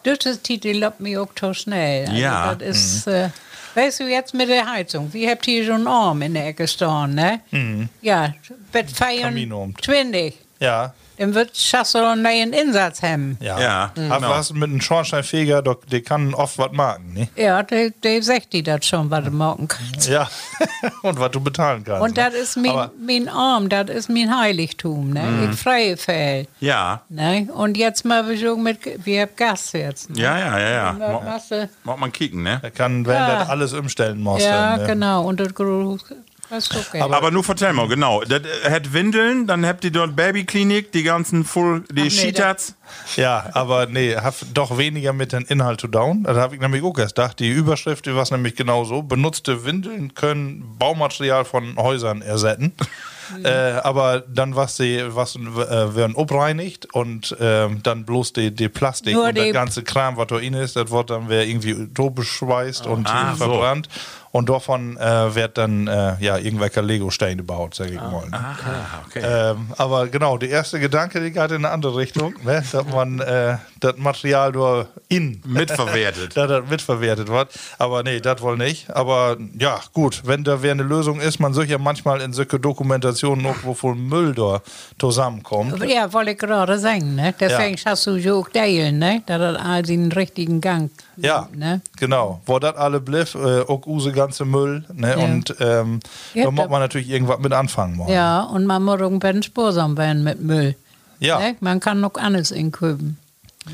das Tiet, die läuft mir auch so schnell. Also
Ja. Mhm.
Das ist, äh, weißt du, jetzt mit der Heizung, wir habt hier schon einen Arm in der Ecke stehen, ne?
Mhm.
Ja, wird
Kamin
feiern
um.
20.
Ja,
Dann wird Schassel einen neuen Insatz haben.
ja.
Ja, genau.
Aber was mit einem Schornsteinfeger, doch, der kann oft was machen, ne?
Ja, der, der sagt die das schon, was du morgen kannst.
Ja, und was du bezahlen
Also,
kannst.
Und
ne?
das ist mein,
Aber-
mein Arm, das ist mein Heiligtum, ne?
Mhm.
Ich freie Fell.
Ja,
Ne? Und jetzt mal Besuch mit, wir haben Gast jetzt. ne?
ja, ja, ja.
Na,
ja.
machst du-
Macht man kicken, ne?
Er kann, wenn
Ja.
das alles umstellen muss.
Ja,
dann, ne?
genau. Und das Gru- das ist okay.
Aber, nur vertell mal, genau. Das äh, hat Windeln, dann habt ihr dort Babyklinik, die ganzen Full, die
nee,
Sheetats.
Ja, aber nee, hab doch weniger mit dem Inhalt zu down. Das habe ich nämlich auch erst gedacht. Die Überschrift, die war es nämlich genauso. Benutzte Windeln können Baumaterial von Häusern ersetzen.
Mhm.
Äh, aber dann was sie was äh, werden obreinigt und ähm, dann bloß die, die Plastik
Nur
und
die-
der ganze Kram, was da in ist, das wird dann wer irgendwie do beschweißt und
Ah, so.
verbrannt und davon äh, wird dann äh, ja irgendwelche Lego Steine gebaut, sag ich mal. ne?
Ah, okay.
Ähm, aber genau, der erste Gedanke der geht in eine andere Richtung, ne? dass man äh, das Material nur in
Mitverwertet.
da das mitverwertet wird. Aber nee, das wohl nicht. Aber ja, gut, wenn da wer eine Lösung ist, man sucht ja manchmal in solche Dokumentationen noch, wo voll Müll da zusammenkommt.
ja, wollte ich gerade sagen, ne? Deswegen hast du so auch teilen, ne? Da das all den richtigen Gang.
Ja,
Ne?
genau. Wo das alle bliff, äh, auch use ganze Müll. Ne? Und ähm,
Ja,
da muss
da-
man natürlich irgendwas mit anfangen. Morgen.
Ja, und man muss auch ein bisschen sparsam werden mit Müll.
Ja.
Ne? Man kann noch alles inköpen.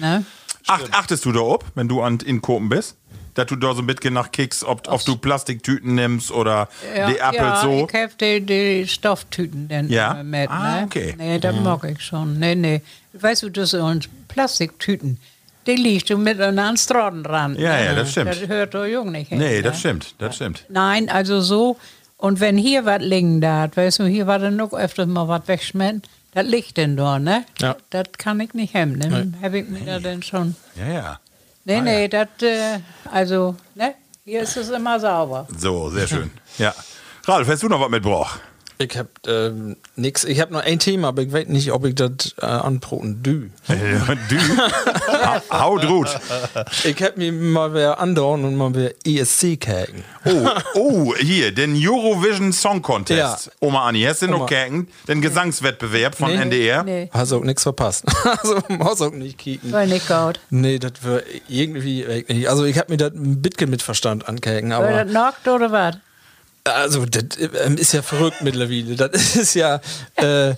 Ne?
Ach, achtest du da ob, wenn du an, in Kopen bist? Dass du da so ein bisschen nach kickst, ob, ob du Plastiktüten nimmst oder die Apple
ja,
so.
Ich habe die, die Stofftüten dann
Ja?
immer mit.
Ah,
ne?
okay.
Nee, das mag ich schon. Nee, nee. Weißt du, das sind Plastiktüten. Die liegst du mit an den Straßenrand.
Ja,
ne?
ja, das stimmt.
Das hört doch jung nicht hin.
Nee, das
ne?
stimmt, das stimmt.
Nein, also so. Und wenn hier was liegen da, weißt du, hier war dann noch öfters mal was wegschmetten. Das liegt denn da, ne?
Ja.
Das kann ich nicht hemmen. Dann habe ich mir da denn schon.
Ja, Ah, ja.
Nee, nee, das, äh, also, ne? Hier ist es immer sauber.
So, sehr schön. ja. Ralf, hast du noch was mitgebracht?
Ich hab ähm, nix. Ich hab nur ein Thema, aber ich weiß nicht, ob ich das äh, anproten dü.
Ja, du. Ha- Haut gut.
Ich hab mir mal wieder andauern und mal wieder E ESC kägen.
Oh, oh, hier, den Eurovision Song Contest.
Ja.
Oma Anni, hast du noch
Oma.
kecken? Den Gesangswettbewerb von
Nee,
NDR.
Nee,
Hast auch nix verpasst. Also muss auch
Mhm.
nicht kicken.
soll nicht gut.
Nee, das war irgendwie echt nicht. Also ich hab mir das ein bisschen mit Verstand ankägen,
War
aber
das nackt oder was?
also das ähm, ist ja verrückt mittlerweile. Das ist ja äh,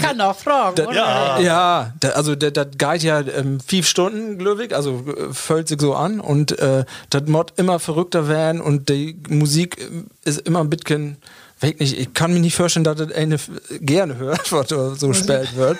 Kann doch fragen,
Da,
oder?
ja, ja da, also das geht ja ähm, fünf Stunden, glaube ich, also äh, fällt sich so an und äh, das Mod immer verrückter werden und die Musik ähm, ist immer ein bisschen, weg nicht, ich kann mir nicht vorstellen, dass das eine f- gerne hört, was da so spät wird.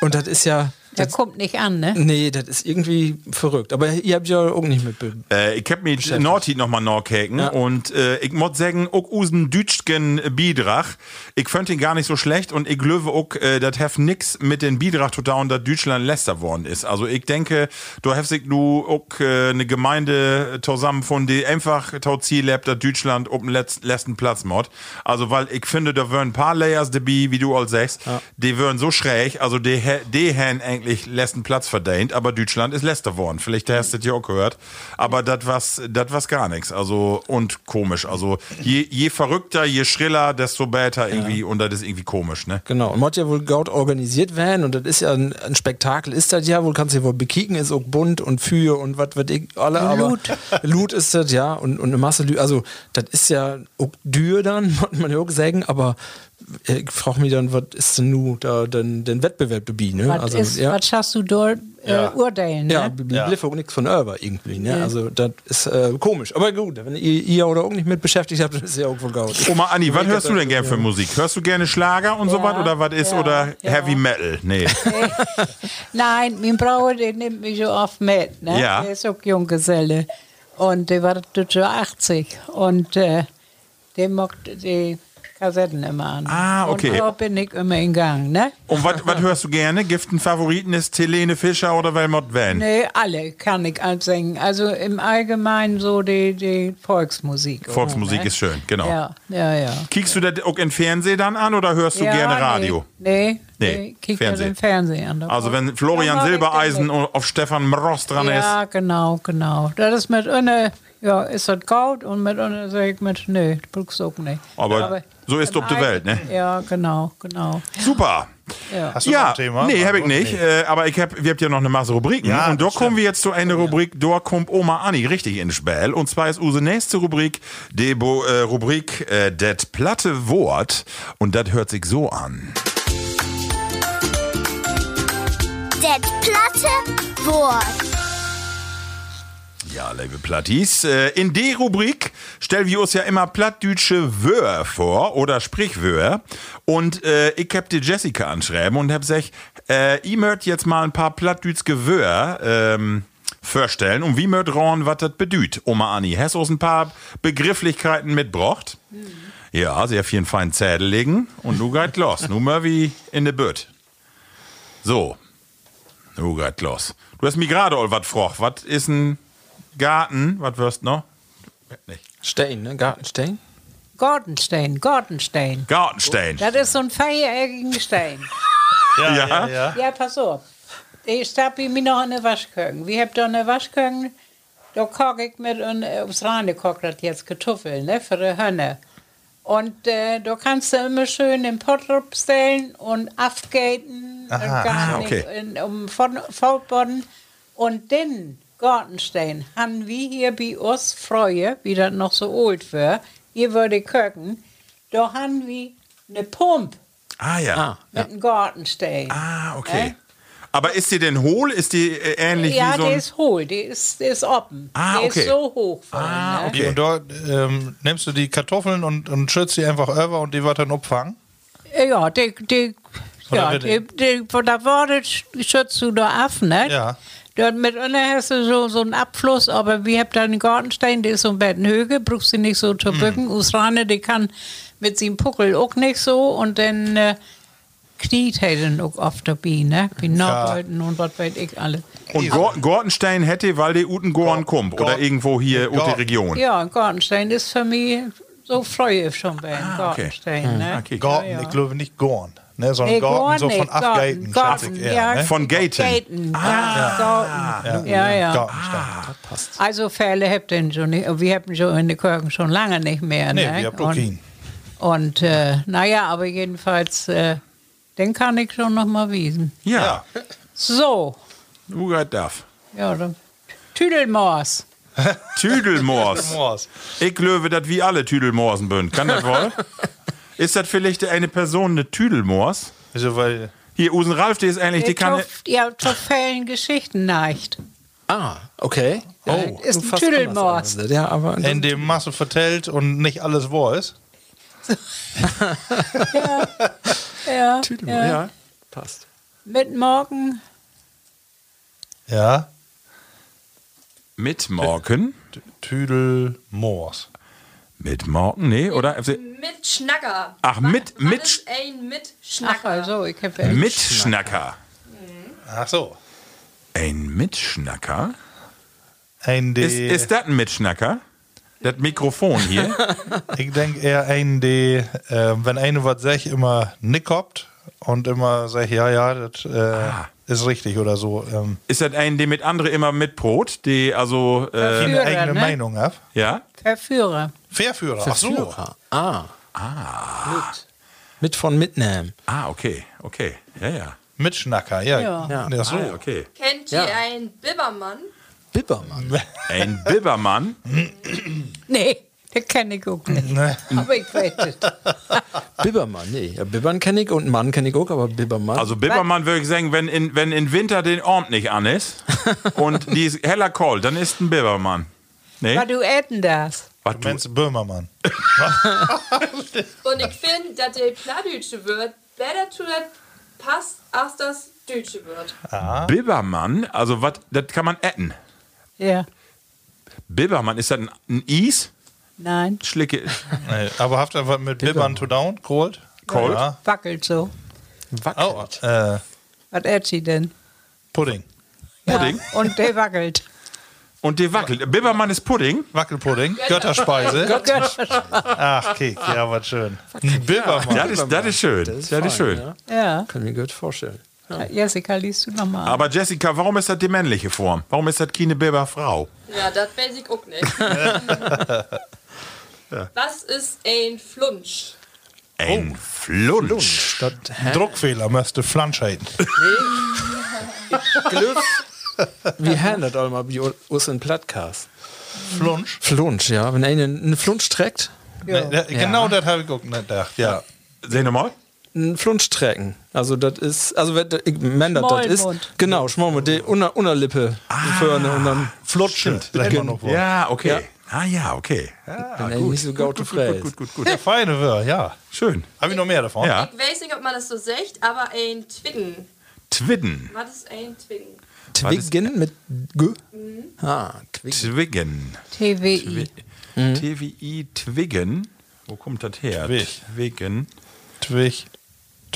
Und das ist ja,
Der kommt nicht an, ne?
Nee, das ist irgendwie verrückt. Aber ihr habt ja auch nicht mitbekommen.
Äh, ich hab mich Norti nochmal nachgekeken und äh, ich muss sagen, auch usen Dütschgen Bidrach. Ich fand ihn gar nicht so schlecht und ich löwe auch, äh, das heft nix mit den Bidrach zu tun, dass Deutschland Läster worden ist. Also ich denke, du hast sich nur auch äh, eine Gemeinde zusammen von die einfach tau Ziel habt, dass Deutschland auf den letz- letzten Platz macht. Also weil ich finde, da wären ein paar Layers dabei, wie du all sagst, die wären so schräg, also die, hä- die hätten eigentlich letzten Platz verdient, aber Deutschland ist letzter worden. Vielleicht hast du das ja auch gehört. Aber das was, das was gar nichts. Also, und komisch. Also, je, je verrückter, je schriller, desto besser irgendwie. Und das ist irgendwie komisch, ne?
Genau, und muss ja wohl gut organisiert werden und das ist ja ein, ein Spektakel, ist das ja wohl, kannst du ja wohl bekicken, ist auch bunt und Fühe und was wird ich alle, aber Loot. ist das, ja, und, und eine Masse Lü also das ist ja auch Dür dann, muss man ja auch sagen, aber ich frage mich dann, was ist denn nun da denn, denn Wettbewerb dabei, ne?
Was, ist,
ja.
was schaffst du dort äh, urteilen, ne?
Ja, ja. bliff auch nichts von Irber irgendwie, ne? Also das ist äh, komisch. Aber gut, wenn ihr, ihr oder auch nicht mit beschäftigt habt, dann ist ja auch wohl gaut.
Oma Anni, was hörst du denn gerne für Musik? Hörst du gerne Schlager und so
Ja,
was? Oder was ist?
ja,
oder
ja.
Heavy Metal? Nee.
Nein, mein Bruder, der nimmt mich so oft mit. Ne?
Ja.
Der ist auch Junggeselle. Und der war dort schon 80. Und äh, der mocht die Kassetten immer an.
Ah, okay.
Und da bin ich immer in Gang, ne?
und was was hörst du gerne? Giften Favoriten ist Helene Fischer oder Wilmot Van?
Nee, Ne, alle kann ich ansingen. Also im Allgemeinen so die, die Volksmusik.
Volksmusik
ne?
ist schön, genau.
Ja, ja, ja.
Kickst du das auch im Fernsehen dann an oder hörst du
ja,
gerne Radio?
Nee, nee,
Nee,
nee. kick mir
Fernsehen.
den Fernsehen an. Da
Also wenn
Ja,
Florian
mach ich
Silbereisen
den
auf Stefan Mross dran
Ja,
ist.
genau, genau. Das ist mit eine, ja, ist das gut und mit einer sage ich mit, nee, das brauchst du auch nicht.
Aber so ist
im
ob die Welt, ne?
Ja, genau, genau.
Super.
Hast du noch
Ja,
ein Thema? Also,
nee, habe ich
Nee.
nicht. Äh, aber ich hab, wir habt ja noch eine Masse Rubriken. ne?
Ja,
und da
das
kommen wir jetzt zu einer Rubrik, da kommt Oma Anni richtig ins Spiel. Und zwar ist unsere nächste Rubrik, die Bo, äh, Rubrik äh, Das platte Wort. Und das hört sich so an.
Das platte Wort.
Ja, liebe Plattis, äh, in der Rubrik stellen wir uns ja immer plattdütsche Wörter vor oder Sprichwörter. Und äh, ich hab die Jessica anschreiben und hab gesagt, äh, ich möcht jetzt mal ein paar plattdütske Wörter ähm, vorstellen und wie möcht rauen, was das bedüht. Oma Anni, hast du uns ein paar Begrifflichkeiten mitbracht? Ja, sehr vielen feinen Zädel legen und nu geht los. Nu mal wie in de Bütt. So, nu geht Oh los. Du hast mir gerade all was froch. Was ist ein Garten, was wirst noch? Nicht.
Stein, ne? Gartenstein?
Gartenstein, Gartenstein.
Gartenstein.
Das ist so ein feiereckigen Stein.
Ja,
Ja.
ja, ja.
Oh, Ja, pass auf. Ich habe mich noch an der Waschköcken. Wir haben da eine Waschköcken, da koch ich mit und äh, ums Rande koch das jetzt Kartoffeln, ne, für die Hönne. Und äh, da kannst du immer schön den Pott stellen und abgaten und
ah,
gar
okay.
nicht in, um Vor- Fortboden. Und den Gartenstein haben wir hier bei uns Freue, wie das noch so old war, hier würde ich köcken, da haben wir eine Pump
Ah ja.
mit einem Gartenstein.
Ah, okay. Aber ist die denn hohl? Ist die äh, ähnlich
Ja,
wie so
die
ein...
ist hohl, die ist, die ist offen.
Ah,
die
okay.
ist so hoch. Von,
Ah,
ne?
okay.
Die- Und dort ähm, nimmst du die Kartoffeln und, und schützt die einfach über und die wird dann abfangen.
Ja, die, die, ja,
wird-
die, die, von der Worte schützt du da ab, ne?
Ja.
Dort mit unten hast du so, so einen Abfluss, aber wir haben da einen Gartenstein, der ist so ein bisschen höher, brauchst du nicht so zu
Hm.
bücken. Usrane, die kann mit seinem Puckel auch nicht so und dann äh, kniet er dann auch oft dabei, ne? Wie Norddeuten und was weiß ich alle.
Und Gor Gortenstein hätte, weil die Uten Gorn kommt. Oder
Gor-
irgendwo hier
Gor-
Ute Region.
Ja, ein Gartenstein ist für mich so freue ich schon bei einem
Ah, okay.
Gartenstein, ne?
Okay.
Garten,
Ja, ja.
ich glaube nicht Gorn, ne, sondern
Nee,
Garten, so
Gorn
von
nicht,
Abgaten. schätze
Garten,
ich
Garten,
eher,
ja.
ne?
Von Gaten.
Gaten. Ah, Garten. Ja, ja.
Gartenstein.
Also Fälle habt ihr schon nicht. Wir hatten schon in den Kirchen schon lange nicht mehr.
Nee,
ne?
wir
und
haben
und äh, naja, aber jedenfalls, äh, den kann ich schon noch mal wiesen.
Ja.
So,
Du gehört darf.
ja, dann Tüdelmaß.
Tüdelmoors.
Moors.
ich löwe das wie alle Tüdelmoorsen bünd. Kann das wohl? ist das vielleicht eine Person, eine Tüdelmoors?
Also, weil
Hier, Usen Ralf, die ist eigentlich, die kann...
Ja, zu Fällen Geschichten neigt.
Ah, okay.
Oh. Ist ein
Fast anders
Tüdelmorst.
als- Ja, aber
in dem Masse vertellt und nicht alles wahr ist.
Ja,
Tüdelmorst. Ja. passt.
mit morgen
Ja.
Mit Morken?
Tüdel Moors.
Mit Morken? Nee, oder? Also,
Mit Schnacker.
Ach, mit-
Wann
mit-
Ist ein mit
Ach,
Schnacker.
also, ich habe
Hm.
echt.
Mitschnacker.
Ach so.
Ein Mitschnacker?
Ein D.
Ist, ist das ein Mitschnacker? Das Mikrofon hier?
ich denke eher ein D, äh, wenn einer was sagt, immer nickt und immer sagt, ja, ja, das äh, ist richtig oder so. Ähm,
ist das ein, der mit andere immer mitbrot? Die, also, äh,
eine
Führer,
eigene
ne?
Meinung ab.
ja?
Verführer.
Verführer, ach so.
Verführer. Ah. Mit. Mit von mitnehmen.
Ah, okay, okay. Ja, ja.
Mitschnacker, ja.
Ja.
ja. so.
Ah, okay.
Kennt
Ja.
ihr einen Bibbermann?
Bibbermann.
Ein Bibbermann?
Nee, das kenne ich auch nicht. Aber ich weiß es.
Bibbermann, nee. Ja, Bibbern kenne ich und Mann kenne ich auch, aber Bibbermann.
Also Bibbermann würde ich sagen, wenn in, wenn in Winter den Orm nicht an ist und die ist heller kalt, dann ist ein Bibbermann. Nee?
Was du essen darfst.
Was
Du meinst Böhmermann.
Und ich finde, dass der Plattdeutsche wird, besser zu das passt, als das Deutsche wird.
Bibbermann? Also was, das kann man etten.
Ja.
Bibbermann, ist das ein, ein Is?
Nein.
Schlicke.
Nee, Äh, aber habt ihr was mit Bibbern to down? Cold?
Cold?
Ja.
Wackelt so.
Oh, äh,
Was ät sie denn?
Pudding.
Pudding?
Ja. Und der wackelt.
Und die wackelt. Bibbermann ist Pudding?
Wackelpudding, Götterspeise. Ach, Kek, ja, was schön. Ein Bibermann.
Das ist, das ist schön. Das ist, schön.
Ja.
Kann mir gut vorstellen.
Jessica, liest du nochmal.
Aber Jessica, warum ist das die männliche Form? Warum ist das keine Bibberfrau?
Ja, das weiß ich auch nicht. Was ist ein Flunsch?
Ein Flunsch.
Statt Hä?
Druckfehler müsste Flanscheiden.
Glüff. Wie handelt all mal bei uns in Plattcast?
Flunsch?
Flunsch, ja. Wenn eine einen Flunsch trägt,
Ne, Genau das habe ich auch nicht gedacht, ja.
Sehen wir mal.
einen Flunsch trägen. Also das ist, also wenn ich mein, das das ist,
Schmollmund.
genau, Schmollmund, die Unter, Unterlippe vorne und dann
Flutschend. Vielleicht mal noch was.
Ja, okay.
Oh. Ja.
Ah ja, okay. Ja,
Wenn er nicht so gaut
gut,
frei
gut,
ist.
gut, gut.
Der feine Wör, ja.
Schön.
Habe ich noch mehr davon?
Ja.
Ich weiß nicht, ob man das so sagt, aber ein Twiggen.
Twidden.
Was ist ein Twiggen?
Twiggen mit G. Ah, Twiggen.
Twiggen.
TWI.
Mhm.
TWI Twiggen. Wo kommt das her?
Twig.
Twiggen.
Twig.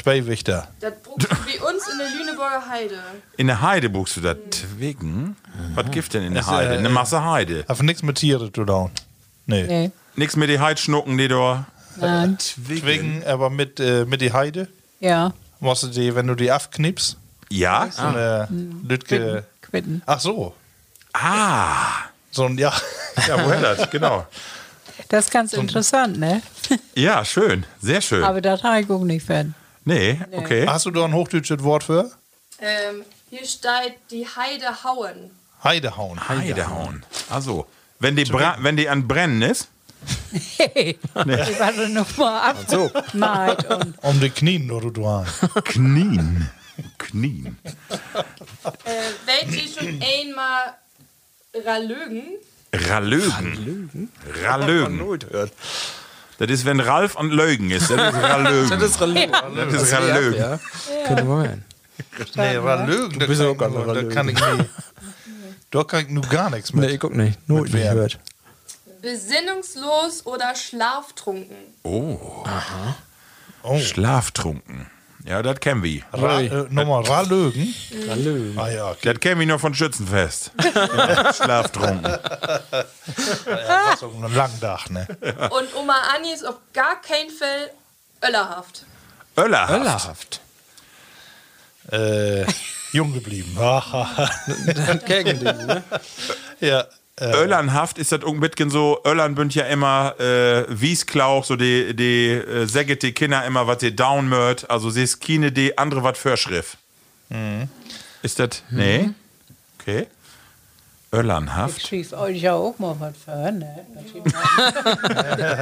Zwei Wichter.
Das brauchst du wie uns in der Lüneburger Heide.
In der Heide buchst du das Twiggen.
Mhm.
Was gibt denn in der
Ist,
Heide?
äh,
Eine Masse Heide.
Auf nichts mit Tiere zu down. Nee.
Nee.
Nix mit die Heidschnucken, die da.
Nein.
Twiggen.
Twiggen, aber mit, äh, mit die Heide.
Ja.
Musst du die, wenn du die abknippst,
Ja?
so eine Lütke.
Quitten.
Ach so.
Ah.
So ein, ja.
Ja, woher das? Genau.
Das ist ganz interessant, ne?
Ja, schön. Sehr schön.
Aber das habe ich auch nicht werden.
nee, okay.
Hast du da ein hochdeutsches Wort für?
Ähm, hier steht die Heide hauen.
Heidehauen.
Heidehauen. Also, wenn die, bra wenn die an Brennen ist,
Hey, ich warte noch mal ab. So. und
Um die Knien, oder du an.
knien. Knien.
Äh, wählt ihr schon einmal Ralögen?
Ralögen. Ralögen. Das ist, wenn Ralf und Lögen ist. Das ist Ralögen.
Das ist Relögen.
Das ist Ralögen.
Ja. Könnte man.
Nee, Ralögen, da
bist
kann,
auch gar
ich, da
nicht
kann ich nie. Da kann ich nur gar nichts
Nee,
mit.
ich guck nicht. Nur
Mit
ich
wem?
hört.
Besinnungslos oder schlaftrunken?
Oh,
Schlaftrunken. Ja, das kennen wir.
Ra äh, nochmal, Ralögen.
Relögen.
Ah ja, okay.
Das kennen wir nur von Schützenfest. Schlaftrunken.
Das ist auch ein langer Tag, ne?
Und Oma Anni ist auf gar keinen Fall öllerhaft.
Öllerhaft.
Öllerhaft.
Äh, jung geblieben. Aha.
Gegen den, ne?
ja. Äh,
Öllernhaft ist das irgendwie so, Öllern bünd ja immer äh, Wiesklauch, so die, die äh, säget die Kinder immer, was sie down mört, also sie ist keine die andere was Verschrift. Ist das, nee? Okay.
ich
Öllernhaft.
schrieb euch ja auch mal was für, ne? Das ist immer-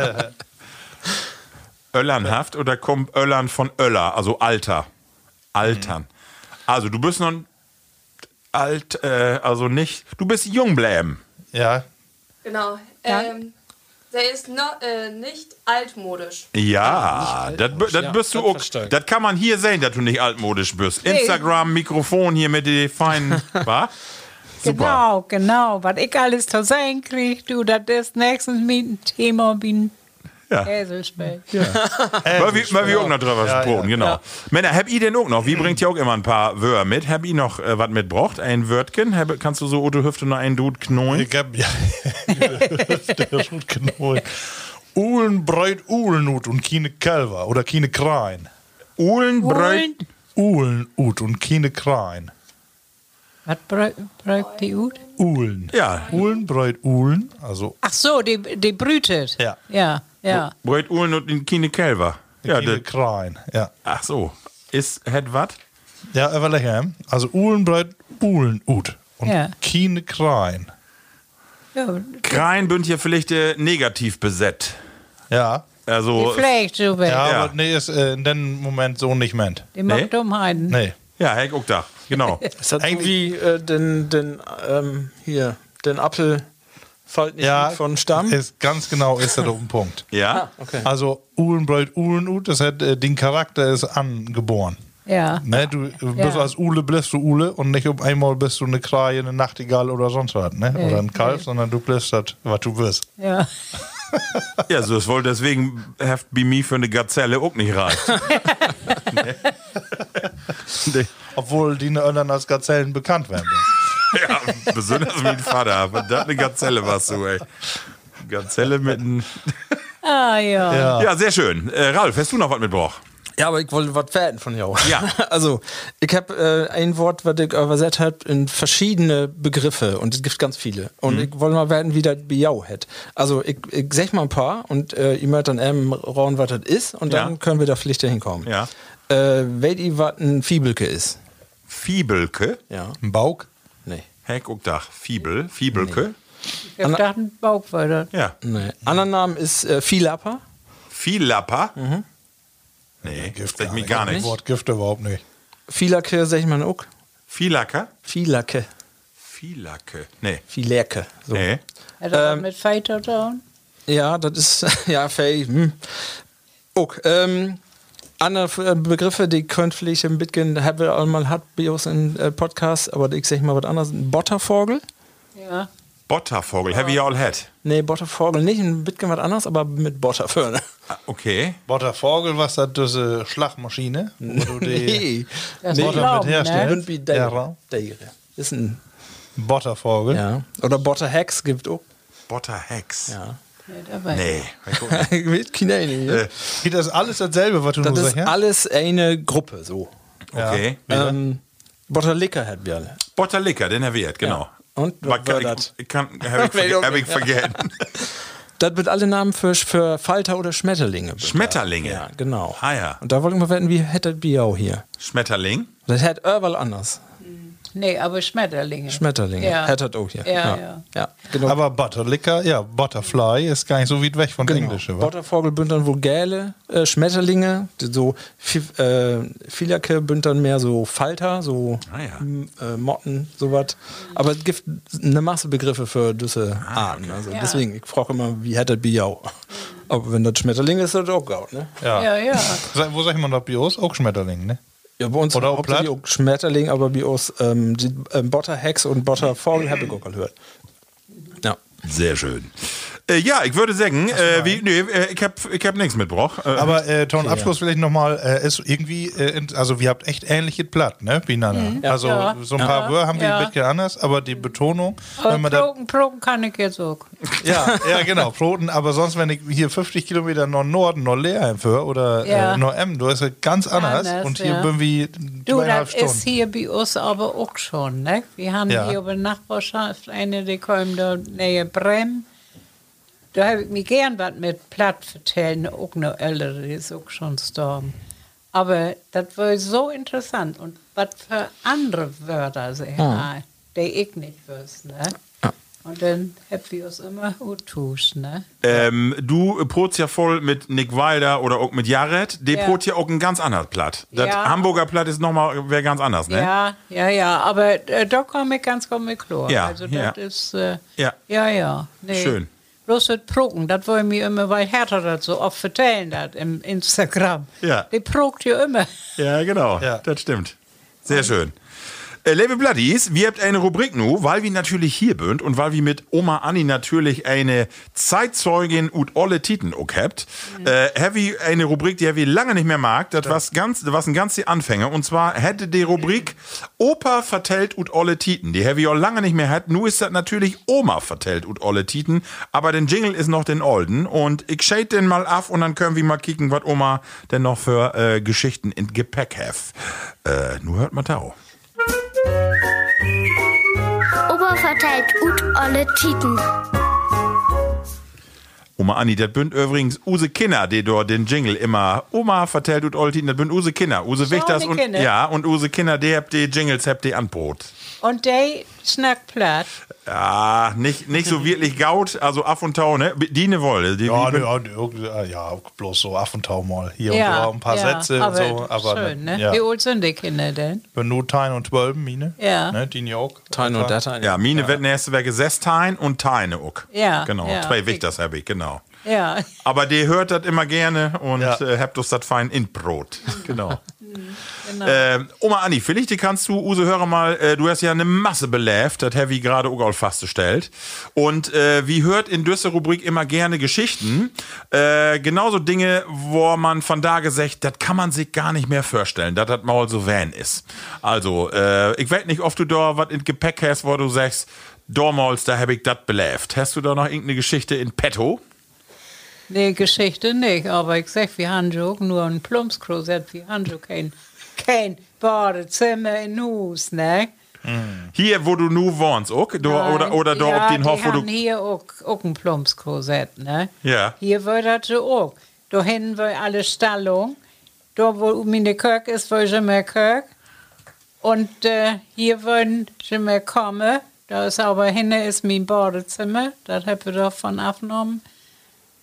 Öllernhaft oder kommt Öllern von Öller, also Alter. Altern. Also du bist noch ein alt, äh, also nicht, du bist jung bleiben.
ja.
Genau. Ähm, der ist no, äh, nicht altmodisch.
Ja, das bü- das
Ja,
bist du
das
auch.
verstehe ich.
Das kann man hier sehen, dass du nicht altmodisch bist. Instagram, Mikrofon hier mit den feinen. wa? Super.
Genau, genau. Was ich alles zu sehen kriege, du, das ist nächstens mein Thema wie ein
Ja.
Eselspeck.
Äh,
Weil wir, weil wir auch noch drüber gesprochen, genau. Männer, habt ihr denn auch noch? Wie bringt ihr auch immer ein paar Wörter mit? Habt ihr noch äh, was mitbracht? Ein Wörtchen? Hab- Kannst du so Otto Hüfte noch einen Dude knollen?
Ich hab ja, der ist gut genug. Uhlenbreit Uhlenut und keine Kalver oder keine Krein.
Uhlenbreit.
Uhlenut und keine Krein.
Was braucht die Ut?
Uhlen.
Ja.
Uhlenbreit Uhlen, also
Ach so, die, die brütet.
Ja.
Ja, ja.
Breit Uhlen und in Kine Kelver. Ja,
keine
das-
Krein. Ja,
ach so. Ist, hat was?
ja aber lecker. Also Uhlenbreit Uhlenut und
Ja.
keine Krein.
ja.
Krein bünd hier vielleicht äh, negativ besetzt.
Ja.
Also,
Vielleicht, Schubert.
Ja,
Ja.
aber nee, ist äh, in dem Moment so nicht meint.
Die macht
Nee.
Dummheiten.
Nee.
ja, Heck auch da. Genau.
Ist das so
Eigentlich-
wie äh, den, den, ähm, hier, den Apfel fällt nicht
Ja,
gut von Stamm? Ah,
Ist, ganz genau ist das auf den Punkt.
Ja.
Also Uhlenbreit Uhlenut, das hat äh, den Charakter ist angeboren.
Ja.
Ne, du bist
Ja.
als Ule bist du Ule und nicht um einmal bist du eine Kraje, eine Nachtigall oder sonst was, ne? Oder ein Kalb, sondern du bist das, was du bist.
Ja.
Ja, so ist wohl deswegen heft Bimi für eine Gazelle auch nicht reicht. nee.
Obwohl die anderen als Gazellen bekannt werden.
Ja, besonders mit Vater. Aber da eine Gazelle warst du, ey. Gazelle mit einem.
Ah, ja.
ja.
Ja, sehr schön. Äh, Ralf, hast du noch was mitgebracht?
Ja, aber ich wollte was werden von dir.
Ja.
Also, ich habe äh, ein Wort, was ich übersetzt habe, in verschiedene Begriffe und es gibt ganz viele.
Mhm.
Und ich wollte mal werden, wie das Biau hat. Also, ich, ich sag mal ein paar und äh, ihr mögt dann eben rauen, was das ist und dann
Ja.
können wir da vielleicht dahin kommen.
Ja.
Äh, Weet ihr, was ein Fiebelke ist?
Fiebelke.
Ja.
Ein Bauk?
Nee.
Heck und Dach. Fiebel. Fiebelke.
Ich hab gedacht, ein Bauch war das.
Ja.
nee. Anderen Namen ist äh, Vielapper.
Vielapper. Nee,
Gift
sag ich mir gar
Das
nichts.
Wort Gift überhaupt nicht.
Vielacke, sag ich mal auch.
Vielacker?
Vielacke.
Vielacke. Nee.
Vielerke. So.
Nee.
Hat er was mit Fighter down?
Ja, das ist, ja, fähig. Hm. Okay, ähm, andere F- äh, Begriffe, die könnt vielleicht ein bisschen, haben wir auch mal hat Bios in äh, Podcast, aber ich sag mal was anderes. Ein Bottervogel?
Ja.
Bottervogel. Have you all had?
Nee, Bottervogel nicht, ein bisschen was anderes, aber mit Botterförne.
Ah, Okay.
Bottervogel, was das diese Schlagmaschine? Wo du die
Das
Nee,
ist
Botter
Glauben,
mit herstellst?
ne?
Irgendwie
Ja. Hm?
Deire. Deire. Ist ein,
Bottervogel.
ja. Oder Botterhex gibt auch.
Botterhex.
Ja.
Nee, dabei.
Nee. Ich guck nicht.
Ich weiß keine Ahnung, ja.
Äh,
Das ist alles dasselbe, was du
Das
nur
ist
sagst. ja?
alles eine Gruppe, so.
Okay.
Ja.
Ähm, Botterlicker hat wir alle.
Botterlicker, den habe ich had, genau.
Ja. Und
Man
was
kann,
war
ich,
das?
ich kann, hab ich,
Weiß
verge
auch
hab ich
nicht.
vergessen.
Das wird alle Namen für, für Falter oder Schmetterlinge. benutzt.
Schmetterlinge.
Ja, genau.
Ah ja.
Und da wollte ich mal wetten, wie hätte das Biau hier?
Schmetterling.
Das hätte überall anders.
Nee, aber Schmetterlinge.
Schmetterlinge.
Ja.
Hätte das auch hier.
Ja,
ja.
ja.
genau.
Aber Butterlicker, ja, Butterfly ist gar nicht so weit weg von
genau.
der Englischen. wa?
Bottervogel bündern wohl Gäle, äh, Schmetterlinge, die so Fi- äh, Vielerke bündern mehr so Falter, so
Ah ja.
m- äh, Motten, sowas. Aber es gibt eine Masse Begriffe für diese
Ah,
Arten. Also deswegen, ich frage immer, wie hätte das Biau?
Mhm.
Aber wenn das Schmetterling ist, ist das auch gaut, ne?
Ja, ja.
Sa- Wo sag ich mal noch Bios? Auch Schmetterling, ne?
Ja, bei uns
Oder auch
hauptsächlich
platt?
auch Schmetterling, aber bei uns ähm, die ähm, Botterhex und Bottervogel habe ich auch gehört. Ja.
Sehr schön. Äh, ja, ich würde sagen, äh, wie, nee, äh, ich habe ich hab nichts mitgebracht. Äh,
Aber äh, Ton, Abschluss vielleicht nochmal, äh, ist irgendwie, äh, in- also wir habt echt ähnliche Platt, ne, Binana. Also
Mhm. Ja.
so ein paar
Ja.
Wörter haben wir ein
Ja. Mhm.
bisschen anders, aber die Betonung, wenn
Aber
man da,
Proken, Proken kann ich jetzt auch.
ja, ja genau, Proten, aber sonst, wenn ich hier 50 Kilometer nach Norden, nach Leerheim für oder
Ja.
äh, nach Emden, du ist das ganz anders,
Anders,
und hier
ja.
bin wir
Du,
zweieinhalb
das ist
Stunden.
hier bei uns aber auch schon. Ne? Wir haben
Ja.
hier über die Nachbarschaft eine, die kommt da näher Brem. Da habe ich mir gern was mit platt vertellen, auch eine ältere, die ist auch schon gestorben. Aber das war so interessant. Und was für andere Wörter
Hm.
sie haben, die ich nicht wüsste. Ne? Und dann haben wir uns immer gut tust, ne?
ähm, du äh, protst ja voll mit Nick Wilder oder auch mit Jared. Der
Ja.
prot ja auch ein ganz anderes Platt. Das
Ja.
Hamburger Platt ist nochmal wär ganz anders, ne?
Ja, ja, ja, aber äh, da komme ich ganz gut mit Chlor.
Ja,
also das
ja.
ist, äh,
Ja.
ja, ja. Nee.
Schön.
Bloß das Proken, das wollen mir immer weil härter das so oft vertellen, das im Instagram.
Ja.
Die prokt ja immer.
Ja, genau.
Ja.
Das stimmt. Sehr schön. Äh, Liebe Blatties, wir habt eine Rubrik nu, weil wir natürlich hier bünd und weil wir mit Oma Anni natürlich eine Zeitzeugin und alle Titen auch habt. Äh, hab ich eine Rubrik, die wir lange nicht mehr mag. Das was ganz, das was ein ganz die Anfänger. Und zwar hätte die Rubrik Opa vertellt und alle Titen. Die hab ich auch lange nicht mehr hat. Nu ist das natürlich Oma vertellt und alle Titen. Aber den Jingle ist noch den Olden. Und ich shade den mal ab und dann können wir mal kicken, was Oma denn noch für äh, Geschichten in Gepäck hat. Äh, nu hört mal Tau.
Opa verteilt ut olle Titen.
Oma Anni, das bünd übrigens Use Kinder, die dort den Jingle immer Oma vertellt und Oltin, das bünd Use Kinder. Use Wichters und
Kinder.
ja und Use Kinder, die habt die Jingles, habt die Anbrot.
Und der snackt platt.
Ja, nicht, nicht so wirklich gaut, also af und tau, ne? Diene wolle. Die,
Ja,
die-
ja, ja, ah, ja, bloß so Affentau mal. Hier und da ein paar
ja,
Sätze und so. Aber
schön, ne?
ja.
Wie alt sind die Kinder denn?
Wenn nur Tein und Zwölben, Mine.
Ja.
Ne, die ja auch.
Tein und Datein.
ja, Mine wird nächste Woche Sestein und Teine uck.
Ja,
Genau,
ja.
zwei Wichters hab ich, genau.
Ja.
Aber die hört das immer gerne und
Ja.
äh, habt uns das fein in Brot. Genau. Ähm, Oma Anni, vielleicht die kannst du, Use, höre mal, äh, du hast ja eine Masse beläft, das Heavy gerade auch festgestellt. Und äh, wie hört in dieser Rubrik immer gerne Geschichten, äh, genauso Dinge, wo man von da gesagt, das kann man sich gar nicht mehr vorstellen, dass das mal so van ist. Also, äh, ich weiß nicht, ob du da was in Gepäck hast, wo du sagst, Dormals, da hab ich das beläft. Hast du da noch irgendeine Geschichte in petto?
Nee, Geschichte nicht, aber ich sag, wir haben ja auch nur ein Plumpskrosett, wir haben ja kein, kein Badezimmer in Hus, ne?
Mm. Hier, wo du nu wohnst, okay? Du, oder oder da
ja,
ob den Hof,
die
wo
haben
du.
hier auch, auch ein Plumpskrosett, ne?
Ja.
Hier wird das ja auch. Da hinten wir alle Stallung, da wo meine Kirk ist, wo ich immer Kirk. Und äh, hier würden ich immer kommen, da ist aber hinten ist mein Badezimmer, das hab ich davon aufgenommen.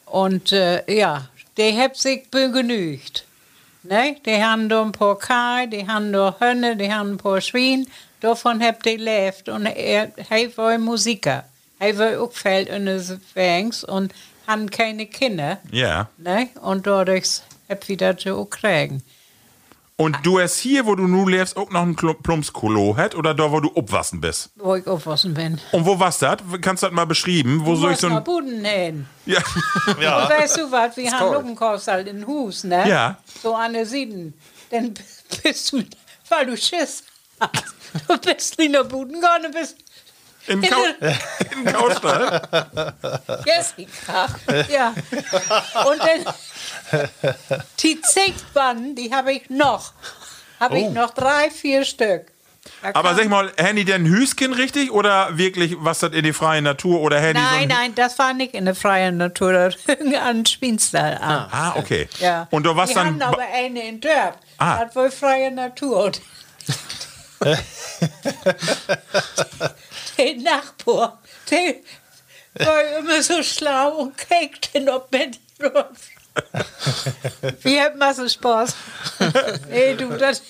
Und äh, ja, die haben sich begnügt. Ne? Die haben da ein paar Kai, die haben da Hönne, die haben ein paar Schwein. Davon habt ihr lebt. Und er, er war Musiker. Er war auch Feld in den Wangs und haben keine Kinder.
Ja.
Ne? Und dadurch habt ihr das ja auch kriegen.
Und du hast hier, wo du nu lebst, auch noch ein Plumpskolo hat oder da, wo du obwassen bist?
Wo ich aufwassen bin.
Und wo warst das? Kannst du das mal beschrieben? Wo
Du
soll ich
musst
so
nach
ein.
Buden hin.
Ja.
Und weißt du was, wir haben Luppenkost halt in Hus, ne?
Ja.
So an der Sieden. Dann bist du, weil du Schiss hast, du bist nicht nur Buden gegangen, du bist
Im, Kau im Kaustall?
Jessica. Ja. Und dann die Zinkbannen, die habe ich noch. Habe ich noch drei, vier Stück.
Oh.
Da
Aber
kam-
sag mal, Handy denn Hüskin richtig oder wirklich, was das in die freie Natur oder Handy?
Nein,
so ein-
nein, das war nicht in der freien Natur, da hing an Spinstall an.
Ah, okay.
Ja.
Und da warst
Wir
dann.
haben aber eine in Dörp.
Ah.
Hat wohl freie Natur. den Nachbar, der war immer so schlau und kriegt den ob man die Wir haben mal so Spaß. Ey, du, das.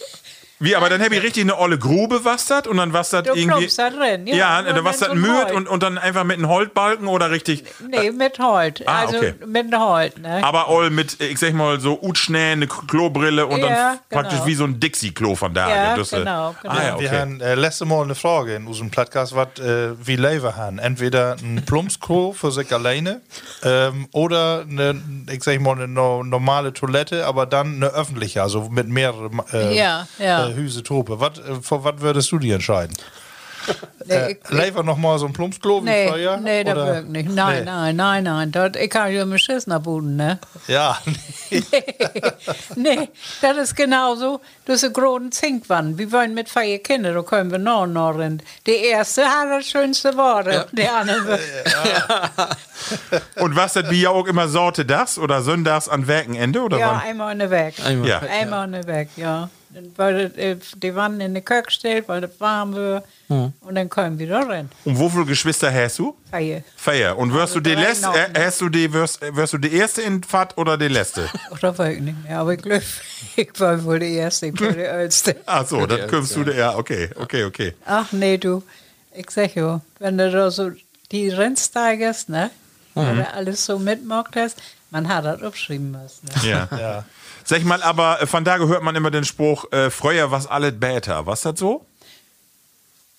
Wie, aber dann hab ich richtig eine olle Grube wastert und dann wastert
Du
irgendwie.
klumpst da drin, ja.
Ja, ne,
Und
da
dann
wastert
so ein
müht
Heu.
und, und dann einfach mit einem Holzbalken oder richtig.
Nee, mit Holt.
Ah,
also
okay. Ah.
mit Holt, ne?
Aber all mit, ich sag mal, so Utschnähen, eine Klobrille und
Ja,
dann praktisch
genau.
wie so ein Dixie-Klo von da.
Ja,
Das, äh,
genau, genau.
Ah, ja,
Wir
okay.
haben äh, letzte Mal eine Frage in unserem Podcast, was äh, wie Lever haben. Entweder ein Plumpsklo für sich alleine ähm, oder eine, ich sag mal, eine no normale Toilette, aber dann eine öffentliche, also mit mehreren äh,
Ja, ja.
äh, Hüsetope. Was, äh, für was würdest du dir entscheiden?
Nee, ich-
Lever nochmal so ein Plumpsklo wie
Nee,
vorher?
nee, da
Äh, Oder-
wirklich nicht. Nein,
Nee.
nein, nein, nein. Dort, ich kann ja immer Schiss nach Boden, ne?
Ja, nee.
nee, das ist genauso. Das ist eine große Zinkwanne. Wir wollen mit vier Kindern, da können wir noch und noch rein. Die erste hat das schönste Wort. Die andere.
Und was das wie ja auch immer Sorte das oder Sonntags an Werkenende oder
Ja,
wann?
einmal eine weg.
Einmal.
Ja.
Einmal eine weg, ja. Dann wird das, äh, die Wanne in den Köck stellt, weil das warm wird. Und dann können wir da rein.
Und wie viele Um Geschwister hast du?
Vier.
Feier. Und wirst du die
drei
letzte,
noch, ne?
äh, hast du die, wirst, äh, wirst du die erste in Fahrt oder die letzte?
Oder weiß ich nicht mehr. Aber ich glaube, ich war wohl die Erste, ich war die Älteste.
Ach so, dann kommst du, ja, okay, okay, okay.
Ach nee, du, ich sag ja, wenn du da so die Rennsteig ist, ne? weil du alles so mitmacht hast. Man hat halt das aufschreiben müssen.
Ja. Sag mal, aber äh, von da hört man immer den Spruch, äh, früher was alles besser. Was das so?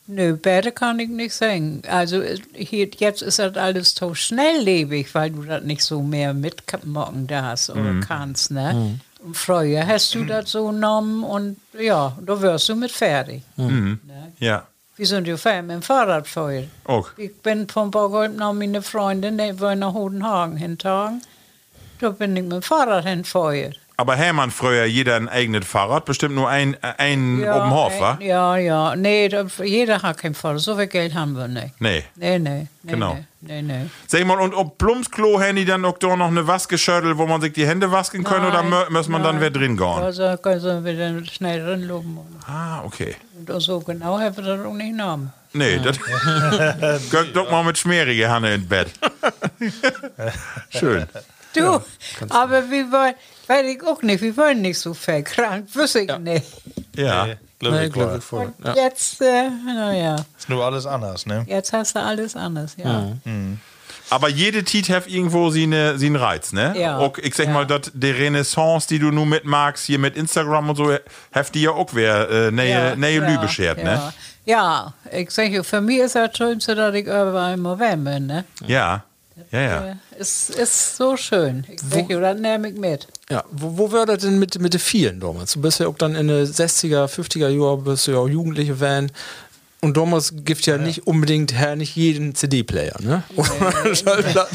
Nö, Bärte kann ich nicht sagen. Also äh, hier, jetzt ist das alles so schnelllebig, weil du das nicht so mehr mitmocken darfst oder kannst, ne? Und früher hast du das so genommen und ja, da wirst du mit fertig. Ne?
Ja.
Wir sind ja fahren mit dem Fahrrad vorher.
Auch.
Ich bin von Borgholm nach meine Freundin, die wollen nach Hodenhagen hintragen. Da bin ich mit dem Fahrrad hinfeuert.
Aber Hermann früher jeder ein eigenes Fahrrad, bestimmt nur ein, äh, ein oben Hof, wa?
Ja, ja. Nee, da, jeder hat kein Fahrrad. So viel Geld haben wir nicht.
Nee.
Nee, nee. nee
Genau.
Nee, nee. nee.
Sag mal, und ob Plumpsklo Handy dann auch doch noch eine Waschgeschüttel, wo man sich die Hände waschen können oder mö- muss man dann wer drin gehen?
Also können sie wieder schnell reinloben.
Ah, okay.
Und so genau haben wir das auch nicht genommen.
Nee, das gönnt doch mal mit schmierige Hanne ins Bett. Schön.
Du, aber wir wollen, weiß ich auch nicht, wir wollen nicht so verkrankt, wüsste ich nicht.
Ja.
Nee,
Glücklich,
Glück
Glück
ist voll. Ja.
Jetzt, äh, naja,
Ist nur alles anders, ne?
jetzt hast du alles anders, ja.
Hm. Aber jede Tiet hat irgendwo sie ne, sie einen Reiz, ne?
Ja.
Auch, ich sag
Ja.
mal, dat, die Renaissance, die du nun mitmagst, hier mit Instagram und so, heft die ja auch wer äh, neue, neue Lübe schert,
ja.
ne?
Ja, ich sage, für mich ist das Schönste, dass ich überall im November bin, ne?
Ja. Ja, ja.
Äh, Es ist so schön. Ich sage, das nehme ich mit.
Ja, wo, wo wär das denn mit, mit den vielen damals? Du bist ja auch dann in den 60er, 50er Jahren, bist du ja auch Jugendliche Van. Und damals gibt ja, nicht unbedingt her, nicht jeden CD-Player, ne? Oder Schallplatte.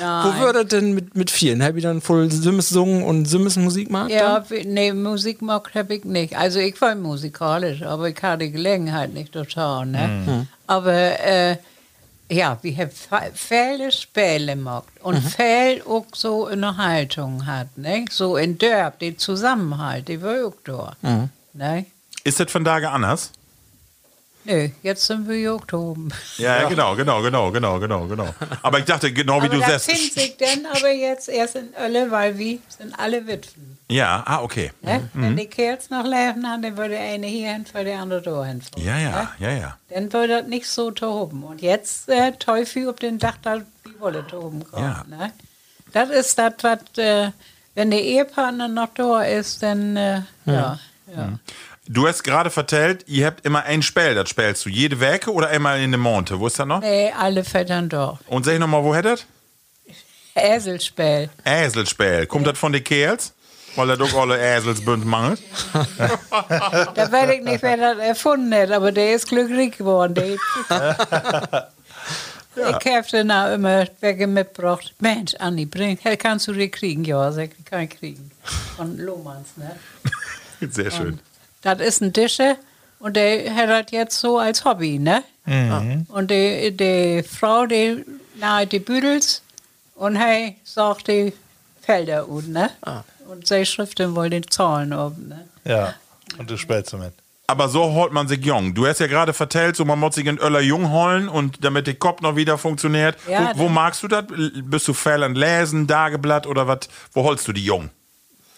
Wo wär das denn mit, mit vielen? Hab ich dann voll Simmes sungen und Simmes Musik gemacht? dann?
Ja, wie- nee, Musik mag habe ich nicht. Also ich war musikalisch, aber ich hatte die Gelegenheit nicht total. Ne?
Mhm.
Aber äh, ja, wir haben fe- viele Spiele gemacht und
Mhm.
viel auch so eine Haltung hat. Ne? So in Dörp, den Zusammenhalt, die war auch da.
Mhm.
Ne?
Ist das von da anders?
Nö, jetzt sind wir auch oben.
Ja, ja, genau, genau, genau, genau, genau, genau. Aber ich dachte, genau wie
aber
du
da
sagst.
finden sich denn aber jetzt erst in Ölle, weil wir sind alle Witwen.
Ja, ah, okay.
Ne? Wenn die Kerls noch leben, dann würde eine hierhin, für die andere dahin. fahren,
Ja,
ne?
ja, ja, ja.
Dann wird das nicht so toben. Und jetzt äh, Teufel auf den Dach, da die Wolle toben kommt.
Ja.
Ne? Das ist das, was, äh, wenn der Ehepartner noch da ist, dann, äh, ja. ja.
Mhm. Du hast gerade vertellt, ihr habt immer ein Spell, das spellst du. Jede Werke oder einmal in der Monte. Wo ist das noch?
Nee, alle Vettern doch.
Und sag ich nochmal, wo hättet?
Äselspell.
Äselspell. Kommt das von den Kerls? Weil da doch alle Äselsbünd mangelt.
Da weiß ich nicht, wer das erfunden hat, aber der ist glücklich geworden. Der Ich kämpfte nach immer, wer ihn mitbracht. Mensch, Anni, bring, hey, kannst du die kriegen? Ja, sag ich, kann ich kriegen. Von Lohmanns, ne?
Sehr schön.
Das ist ein Dische und der hat das jetzt so als Hobby, ne?
Mhm.
Und die, die Frau, die nahe die Büdels und hey, sagt die Felder und, ne? Und sie schriften wohl den Zahlen auf, ne?
Ja. Und du spielst damit.
Aber so holt man sich jung. Du hast ja gerade vertellt, so man muss sich in Öller jung holen und damit der Kopf noch wieder funktioniert.
Ja,
wo, wo
das-
magst du das? Bist du fell an Lesen, Dageblatt oder was? Wo holst du die jung?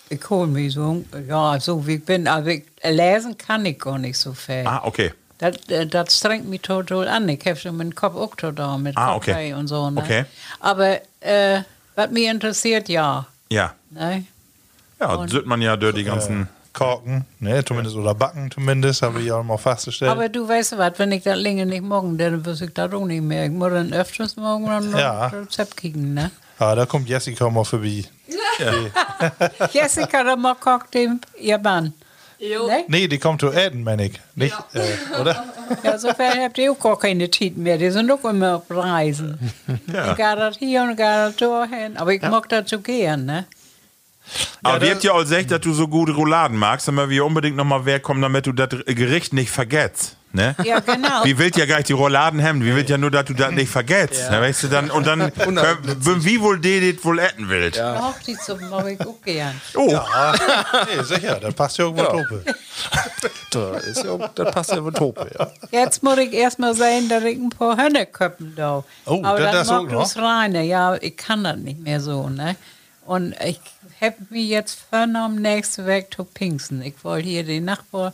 Ich hole mich so, ja, so wie ich bin, aber ich, lesen kann ich gar nicht so viel.
Ah, okay.
Das, äh, das strengt mich total an. Ich habe schon meinen Kopf auch total mit
Ah,
Kaffee
okay.
und so. Ne?
Okay.
Aber äh, was mich interessiert, ja.
Ja.
Ne?
Ja, sieht man ja durch die ganzen.
Korken, ne, zumindest, oder Backen zumindest, habe ich auch mal
Äh.
festgestellt.
Aber du weißt was, wenn ich das länger nicht morgen, dann wüsste ich das auch nicht mehr. Ich muss dann öfters morgen dann noch
Ja.
ein Rezept kriegen. Ne?
ah, da kommt Jessica mal vorbei.
Jessica, da mal kocht dem ihr Mann.
Jo.
Ne?
Nee, die kommt zu Aden, meine ich. Nicht, äh, oder?
Ja, so viel habt ihr auch gar keine Titten mehr. Die sind auch immer auf Reisen. Ich gehe das hier und gehe das da hin. Aber ich mag das so gern, ne?
Aber wir habt ja auch gesagt, dass du so gute Rouladen magst, dann wir unbedingt nochmal wer kommen, damit du das Gericht nicht vergetzt. Ne?
Ja, genau.
Wie will ja gar nicht die Rouladen hemmen, wie will ja nur, dass du das nicht vergetzt. Ne, weißt du, dann, und dann, wenn wie wohl die das wohl essen will.
Ja. Hochzeitssuppe mag ich auch gern.
Oh,
Ah, nee, sicher, da passt ja irgendwo
Ja.
Truppe.
Da ist ja, das passt ja mit Tope, ja.
Jetzt muss ich erstmal sehen, dass ich ein paar Hörner köppen da.
Oh,
Aber
das-
das,
das auch
mag bloß reine. Ja, ich kann das nicht mehr so, ne? Und ich habe mich jetzt vorgenommen, nächste Weg zu pinksen. Ich wollte hier den Nachbar,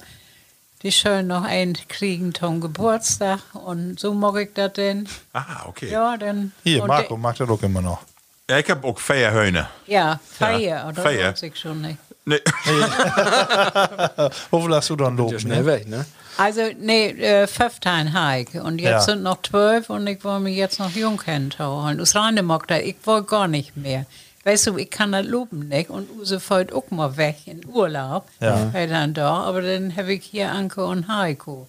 die sollen noch einen kriegen zum Geburtstag und so mag ich das denn.
Ah, okay. Ja,
Ja, dann.
Hier,
und
Marco macht das auch immer noch.
ich hab auch Feierhöhne.
de- Ja, Feier, oder?
Feier.
Weiß ich schon nicht.
Nee.
Wofür lässt du dann loben?
Schnell
ne?
weg, ne?
Also, nee, äh, 15 Hike. Und jetzt
Ja.
sind noch 12 und ich will mich jetzt noch Jungkind holen. Das Reine mag das, ich will gar nicht mehr. Weißt du, ich kann das loben nicht. Und Use fällt auch mal weg in Urlaub.
Ja.
Weil dann da, aber dann habe ich hier Anke und Heiko.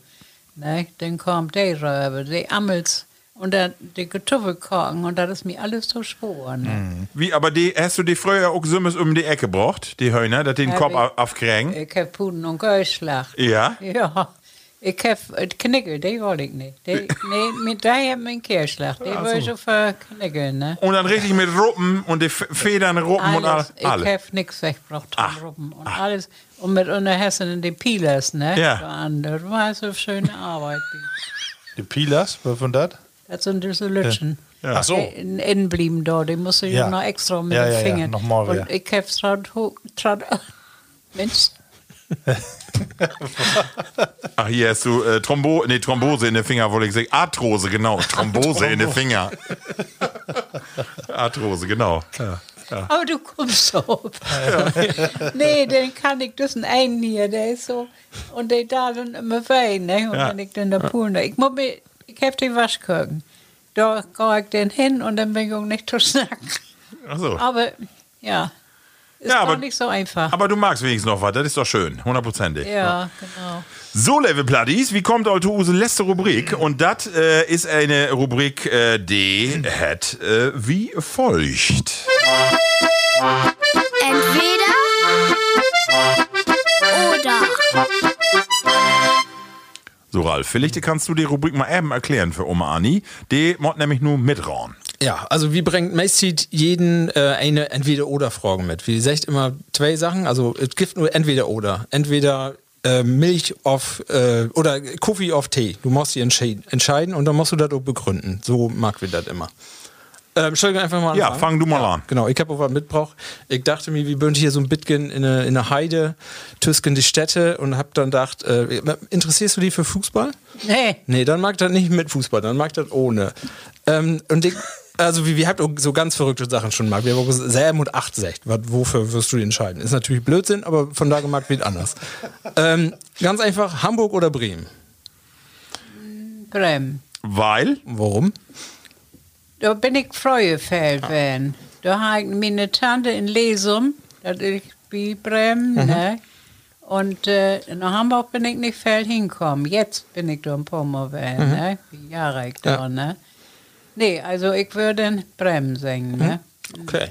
Ne? Dann kommt der Röbe, die Ammels und der, die Getuffelkorken und das ist mir alles zu schworen. Ne?
Wie, aber die, hast du die früher auch so um die Ecke gebracht, die Höhner, dass die den
Ja,
Kopf
die-
au-
Hm?
aufkriegen?
Ich hab Puden und Geurschlacht.
Ja?
Ja. Ich hab Knickel, die wollte ich nicht. Die, nee, mit der hat mein Kehrschlacht. Die wollte ich für Knickel, ne?
Und dann richtig mit Ruppen und die F- Federn Ruppen und
Alles.
alles.
Ich
alles.
hab nichts weggebracht
Ah,
vom Ruppen und alles. Und mit Unterhessen in die Peelers, ne?
Ja.
So an. Das war so schöne Arbeit.
Die Pilas, was von das?
Das sind diese Lütchen.
Ach so.
In innen blieben da, die musste ich
Ja.
noch extra mit
Ja,
den
ja, ja,
Fingern.
nochmal,
und
ja.
ich hab trad, trad, Mensch,
Ach, hier hast du äh, Thrombo nee, Thrombose in den Finger, wollte ich sagen. Arthrose, genau. Thrombose in den Finger. Arthrose, genau.
Aber Oh, du kommst so. nee, dann kann ich das einen hier, der ist so. Und der da dann immer wein, ne? Und
Ja.
dann ich dann da Pool. Ne? Ich muss mir, ich hab den Waschkörben. Da gehe ich dann hin und dann bin ich auch nicht zu schnacken.
Ach so.
Aber ja, ist
Ja,
ja,
aber-
nicht so einfach.
Aber du magst wenigstens noch was, das ist doch schön, hundertprozentig.
ja, genau.
So, Level Platties, wie kommt also unsere letzte Rubrik?
Mhm.
Und das äh, ist eine Rubrik, äh,
Mhm.
die hat äh, wie folgt.
Entweder oder.
So, Ralf, vielleicht kannst du die Rubrik mal eben erklären für Oma Anni. Die mod nämlich nur mitrauen.
Ja, also wie bringt Macyt jeden äh, eine Entweder-Oder-Frage mit? Wie sagt immer zwei Sachen, also es gibt nur Entweder-Oder. Entweder äh, Milch auf äh, oder Kaffee auf Tee. Du musst sie entschieden- entscheiden und dann musst du das auch begründen. So mag wir das immer. Ähm, Entschuldigung, einfach mal
Ja,
anfangen.
fang du mal an.
Genau, ich habe auch was mitgebracht. Ich dachte mir, wir bünden hier so ein Bitgen in eine, in eine Heide, Tüsken die Städte und habe dann gedacht, äh, interessierst du dich für Fußball?
Nee,
Nee, dann mag das nicht mit Fußball, dann mag das ohne. Ähm, und ich, also wir, wir habt auch so ganz verrückte Sachen schon mag. Wir haben auch Sam und 8 Secht. Was- Wofür wirst du dich entscheiden? Ist natürlich Blödsinn, aber von da gemacht wird anders. ähm, ganz einfach, Hamburg oder Bremen?
Bremen.
Weil?
Warum?
Da bin ich
Ah.
Freuefeld-Fan. Da habe ich meine Tante in Lesum, das ist wie Bremen,
Mhm.
ne? Und äh, nach Hamburg bin ich nicht viel hinkommen. Jetzt bin ich da in Pommerwellen,
Mhm.
ne? Wie Jahre ich da,
Ja.
ne? Nee, also ich würde in Bremen singen,
Mhm.
ne?
Okay.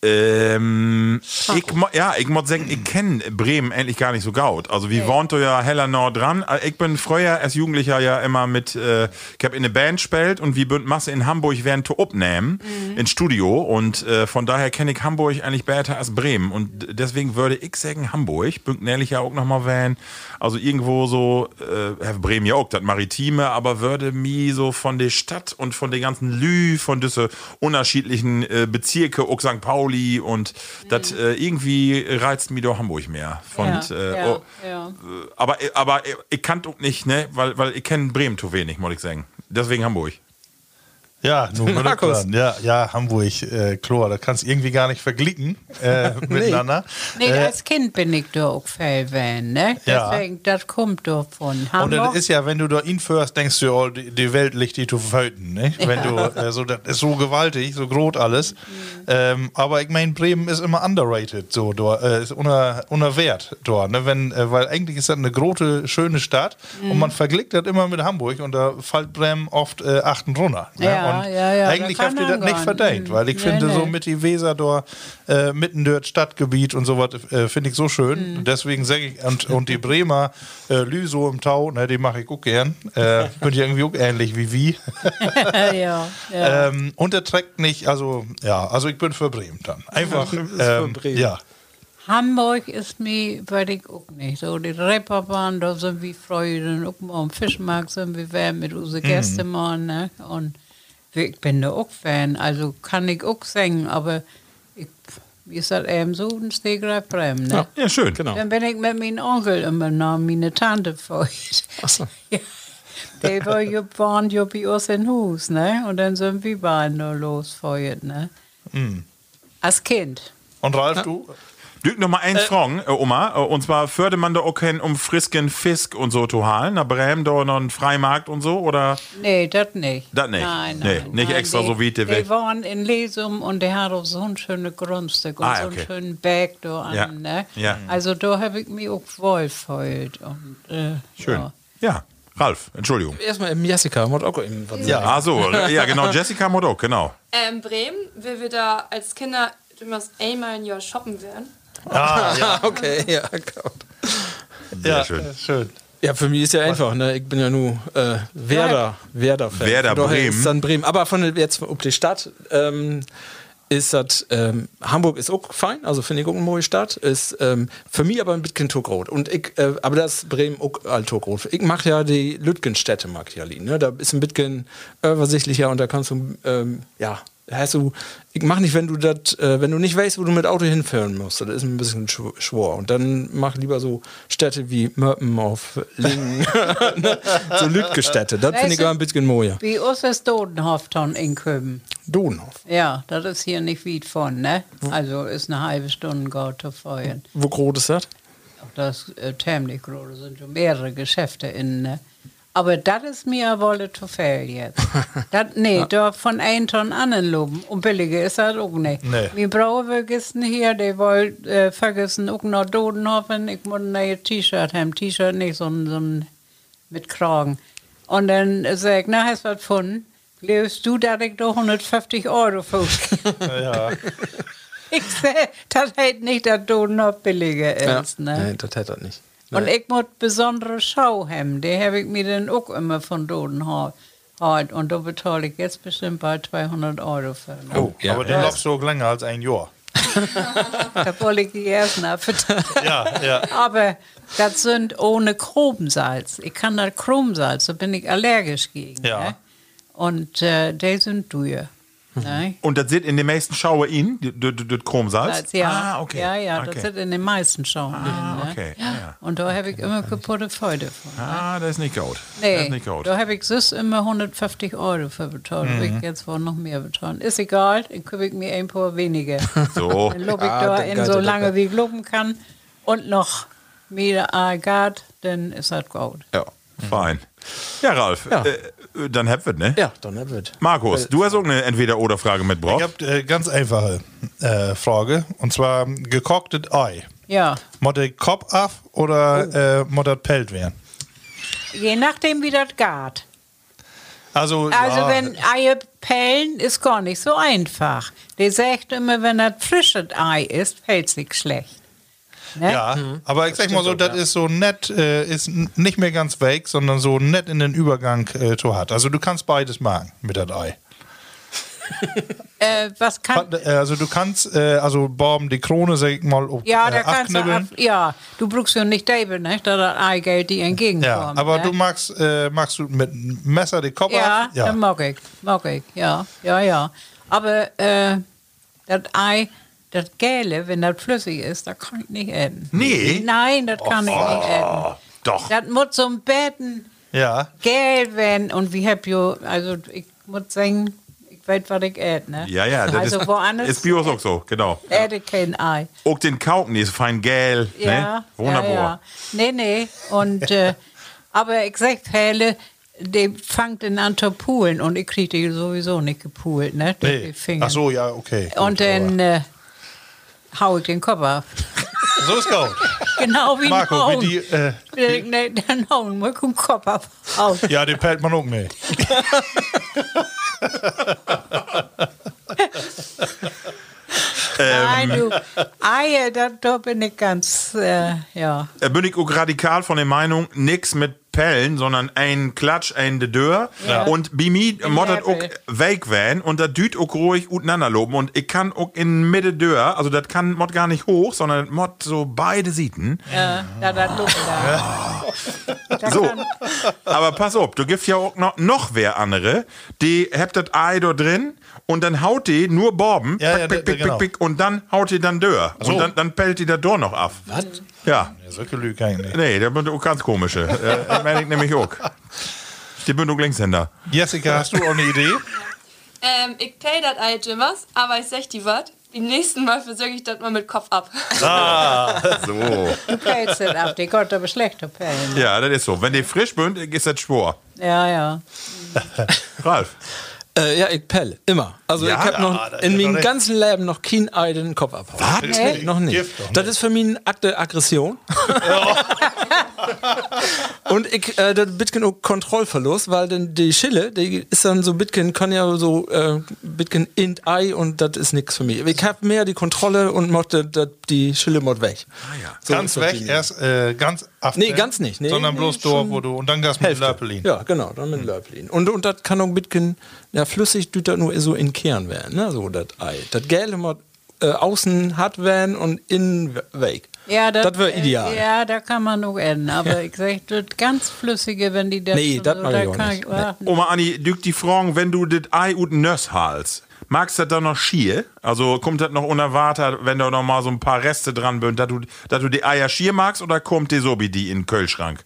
Ähm, ich mo- ja, ich muss sagen, ich kenne Bremen eigentlich gar nicht so gaut. Also wie wohnt du ja heller nah dran. Äh, Ich bin früher als Jugendlicher ja immer mit, äh, ich habe in eine Band gespielt und wie bünd Masse in Hamburg während to opnehmen ins Studio und äh, von daher kenne ich Hamburg eigentlich besser als Bremen und d- deswegen würde ich sagen Hamburg, bünd nämlich ja auch nochmal wählen. Also irgendwo so, äh, Herr Bremen ja auch, das Maritime, aber würde mir so von der Stadt und von den ganzen Lü, von diese unterschiedlichen äh, Bezirke, auch St. Pauli und das äh, irgendwie reizt mir doch Hamburg mehr. Von,
Mhm. Ja,
äh,
ja,
oh,
ja.
äh, Aber, aber ich, ich kann auch nicht, ne, weil, weil ich kenne Bremen zu wenig, muss ich sagen. Deswegen Hamburg.
Ja, nur mit
Markus.
dran. Ja, ja, Hamburg, äh, Chlor, da kannst du irgendwie gar nicht verglicken äh, miteinander.
Nee,
äh,
als Kind bin ich da auch Fan, ne?
Ja.
Deswegen, das kommt doch von
und das
Hamburg.
ist ja, wenn du da hinfährst, denkst du, oh, die, die Welt liegt dir zu Föten. Ne? Wenn du, äh, so, das ist so gewaltig, so groß alles. Ähm, aber ich meine, Bremen ist immer underrated, so, dort, äh, ist unter, unter Wert dort. Ne? Wenn, äh, weil eigentlich ist das eine große, schöne Stadt und man verglickt das immer mit Hamburg und da fällt Bremen oft äh, achten runter. Ne? und
Ja, ja, ja,
Eigentlich
da
habt
kann
ihr das
man
nicht
gar
verdient,
nicht.
weil ich
Nee,
finde, so
nee.
mit die Weser dort, äh, mitten dort Stadtgebiet und sowas, äh, finde ich so schön.
Mhm.
Und Deswegen sage ich, und, und die Bremer äh, Lüso im Tau, ne, die mache ich auch gern. Äh, bin ich irgendwie auch ähnlich wie wie. äh,
ja, ja.
Ähm, und der trägt nicht, also ja, also ich bin für Bremen dann. Einfach.
Du bist für
Ähm,
Bremen.
Ja.
Hamburg ist mir, weiß ich auch nicht. So, die Reeperbahn, da sind wir Freude, und auch am Fischmarkt sind wir Fan mit unseren Gästen mal, ne? Und ich bin da auch Fan, also kann ich auch singen, aber ich wie ist das eben so, ein Stegreif Bremen, ne?
Ja, schön.
Genau.
Dann bin ich mit meinem Onkel immer noch meine Tante feucht.
so.
Ja. Die war ja- waren ja bei uns in Hus, ne? Und dann sind wir beide noch losfeuert, ne? Als Kind.
Und Ralf, du?
Dück noch mal eins fragen, äh, Oma. Äh, Und zwar förde man da auch keinen um Frisken Fisk und so zu halen? Na Bremen da noch einen Freimarkt und so? Oder?
Nee, das nicht.
Dat nicht.
Nein,
Nee,
nein.
nicht
nein,
extra
die,
so wie die
die
Welt.
waren in Lesum und die hatten so ein schönes Grundstück und
Ah,
so
okay.
einen schönen Berg da an,
Ja,
ne?
ja.
Also da habe ich mich auch wohlgefühlt. und, Äh,
Schön.
Ja.
Ja. Ralf, Entschuldigung.
Erstmal im Jessica, muss auch eben was
Ja.
sagen.
Ah, so. Ja, genau. Jessica Modok, genau.
Ähm, Bremen, wie wir da als Kinder immer einmal in Jahr shoppen werden.
Ah, okay, ja, Gott.
Sehr schön.
äh, schön.
Ja, für mich ist ja einfach, ne? Ich bin ja nur äh, Werder, Werder Fan.
Werder Bremen.
Ist dann Bremen. Aber von der- jetzt ob die Stadt ähm, ist das ähm, Hamburg ist auch fein, also finde ich auch eine mooie Stadt. Ist ähm, für mich aber ein bisschen Togrot. Und ich, äh, aber das ist Bremen auch all Togrot. Ich mache ja die Lütgenstädte, mag ich ja lieben, ne? Da ist ein bisschen übersichtlicher und da kannst du ähm, ja. Heißt du, ich mach nicht, wenn du das, äh, wenn du nicht weißt, wo du mit Auto hinfahren musst, das ist ein bisschen schw- schwor. Und dann mach lieber so Städte wie Mörpen auf Lingen, ne? so Lütgestädte. Das finde ich gar ein bisschen moja.
Wie uns ist Dodenhofton in Köben.
Donau.
Ja, das ist hier nicht weit von, ne? Also ist eine halbe Stunde Gott zu feuern.
Wo groß ist das?
Auch das äh, ziemlich groß, da sind schon mehrere Geschäfte in, ne? Aber das ist mir wolle zu viel jetzt. Dat, nee, da von einem Ton anderen loben. Und billiger ist das auch nicht.
Nee.
Wir brauchen vergessen hier, die wollen äh, vergessen auch noch Dodenhofen. Ich muss ein neues T-Shirt haben. T-Shirt nicht, so ein, so ein mit Kragen. Und dann äh, sag ich, na, hast du was gefunden? Löst du, dass ich da 150 Euro für
Ja.
Ich sehe, das heißt nicht, dass du noch billiger ist. Ne?
Nein, das hätte das nicht.
Und ich muss besondere Schau haben. Die habe ich mir dann auch immer von Dodenhall. Und da bezahle ich jetzt bestimmt bald 200 Euro für. Ne?
Oh, aber den lockst du auch länger als ein Jahr.
Da wollte ich die ersten abverteilen.
Ja, ja.
Aber das sind ohne Chromsalz. Ich kann das Chromsalz, da bin ich allergisch gegen.
Ja.
Ne? Und äh, die sind teuer.
Mhm.
Ne?
Und das seht in den meisten Schauer ihn, das Chromsalz?
Salz, ja.
Ah, okay.
Ja, ja, das
okay.
sind in den meisten Schauen.
Ah,
ne?
okay, ja, ja.
Und da habe ich immer kaputte Freude von.
Ah, das ist nicht gut. Das ist
Nee,
nicht gut.
da habe ich sis immer 150 Euro für bezahlt. Mhm. Ich jetzt wohl noch mehr bezahlen. Ist egal, dann kriege ich mir ein paar weniger.
So.
Dann lobe ich
Ah,
da
dann
in
geht
so
das
lange
doch.
wie ich loben kann und noch mir Agat, dann ist das gut.
Ja. Fein. Ja, Ralf,
Ja.
Äh, dann habt ihr, ne?
Ja, Donnerwirt.
Markus, du hast auch eine Entweder-Oder-Frage
Ich
mitgebracht.
habe äh, ganz einfache äh, Frage. Und zwar ähm, gekochtes Ei.
Ja,
Mod der Kopf ab oder äh, mod das Pelt werden?
je nachdem wie das geht.
Also,
Also
ja,
wenn Eier pellen, ist gar nicht so einfach. Die sagt immer, wenn das frisches Ei ist, fällt sich schlecht. Ne?
Ja, aber ich sag mal so, das ist so nett, äh, ist n- nicht mehr ganz weg, sondern so nett in den Übergang äh, zu hat. Also du kannst beides machen mit das Ei.
Äh, was kann...
Äh, Also du kannst, äh, also Baum die Krone, sag ich mal, ob,
Ja,
äh,
da kannst du ab,
abknibbeln.
ja, du brauchst ja nicht David, ne? Da das Eigeld die
Ja,
entgegenkommt.
aber
ne?
du magst, äh, magst du mit einem Messer den Kopf
ja,
ab?
ja, dann mag ich, mag ich, ja, ja, ja. Aber äh, das Ei, das Gäle, wenn das flüssig ist, das kann ich nicht essen.
Nee?
Nein, das kann ich nicht essen.
Doch.
Das muss zum Betten
Ja.
Geld werden und wie hab jo, also ich muss sagen, ich weiß, was ich esse, ne?
Ja, ja, das
Also
ist,
woanders
ist Bios auch so, genau.
esse ich kein Ei.
Auch den Kauken, die ist fein gel.
Ja,
ne? Wunderbar.
Ja, ja. Nee, nee. Und, äh, aber ich sag, Pfähle, die fangt in an zu poolen und ich kriege die sowieso nicht gepoolt, ne? Durch
Nee.
die Finger.
Ach so, ja, okay. gut,
und dann äh, hau ich den Kopf ab.
aber- So ist gut.
Genau wie
Marco,
ein
wie die, äh,
die, nee, dann hauen wir den Kopf ab. Auf.
ja, den pellt man auch nicht. ähm.
Nein, du. Eier, da, da bin ich ganz, äh, ja.
Äh, bin ich auch radikal von der Meinung, nix mit Pellen, sondern ein Klatsch, ein de Dör. Und Bimi moddert auch
Häppel.
weg werden und das düt auch ruhig untereinander loben. Und ich kann auch in Mitte Dör, also das kann Mod gar nicht hoch, sondern Mod so beide Seiten.
Äh, da, da, da, da.
So, aber pass auf, du gibst ja auch noch, noch wer andere, die habt das Ei da drin und dann haut die nur Borben
Ja, ja,
pick,
da-
pick,
genau.
pick, pick, und dann haut die dann Dörr.
so.
Und dann, dann pellt die da Dörr noch ab.
Was?
Ja,
Solche Lüge kann ich nicht.
nee, da bin auch ganz komische. Äh, das meine ich nämlich auch. Die bin auch Linkshänder.
Jessica, hast du auch eine Idee?
Ähm, ich pay das all Jimmers, aber ich sag die wat. Im nächsten Mal versorge ich das mal mit Kopf ab.
Ah.
So.
Du pellst das ab, die Gott, aber schlecht zu pellen.
Ja, das ist so. Wenn die frisch bünd, ist das Schwor.
Ja, ja.
Ralf.
Äh, ja, ich pelle. Immer. Also
Ja,
ich habe
ah,
noch
das
in
ist doch
meinem
nicht-
ganzen Leben noch keinen Ei den Kopf abhauen.
Hey.
Noch nicht.
Gift doch
Das ist für mich ein Akt der Aggression. Und ich, äh, das Bitcoin auch Kontrollverlust, weil denn die Schille, die ist dann so Bitcoin, kann ja so äh, Bitcoin int Ei und das ist nix für mich. Ich hab mehr die Kontrolle und mochte dat, die Schille mod weg. Ah ja.
ganz weg, erst äh, ganz ab.
Nee, ganz nicht, nee,
sondern
nee,
bloß dort, wo du. Und dann Gas mit Löppelin.
Ja, genau, dann mit Löpelin. Und, und das kann auch Bitcoin, ja, flüssig tut das nur so in Kern werden, ne? so das Ei. Das Geld immer äh, außen hart werden und innen we- weg.
Ja,
das wäre
äh,
ideal.
Ja, da kann man noch ändern. Aber ich sag, das ganz Flüssige, wenn die das.
Nee,
so-
das mag
da
ich auch
kann
nicht.
Ich, ah,
Oma Anni, dück die Fragen, wenn du das Ei und Nöss halst, magst du das dann noch schier? Also kommt das noch unerwartet, wenn da noch mal so ein paar Reste dran bünd, dass du, dass du die Eier schier magst oder kommt die so wie die in den Kühlschrank?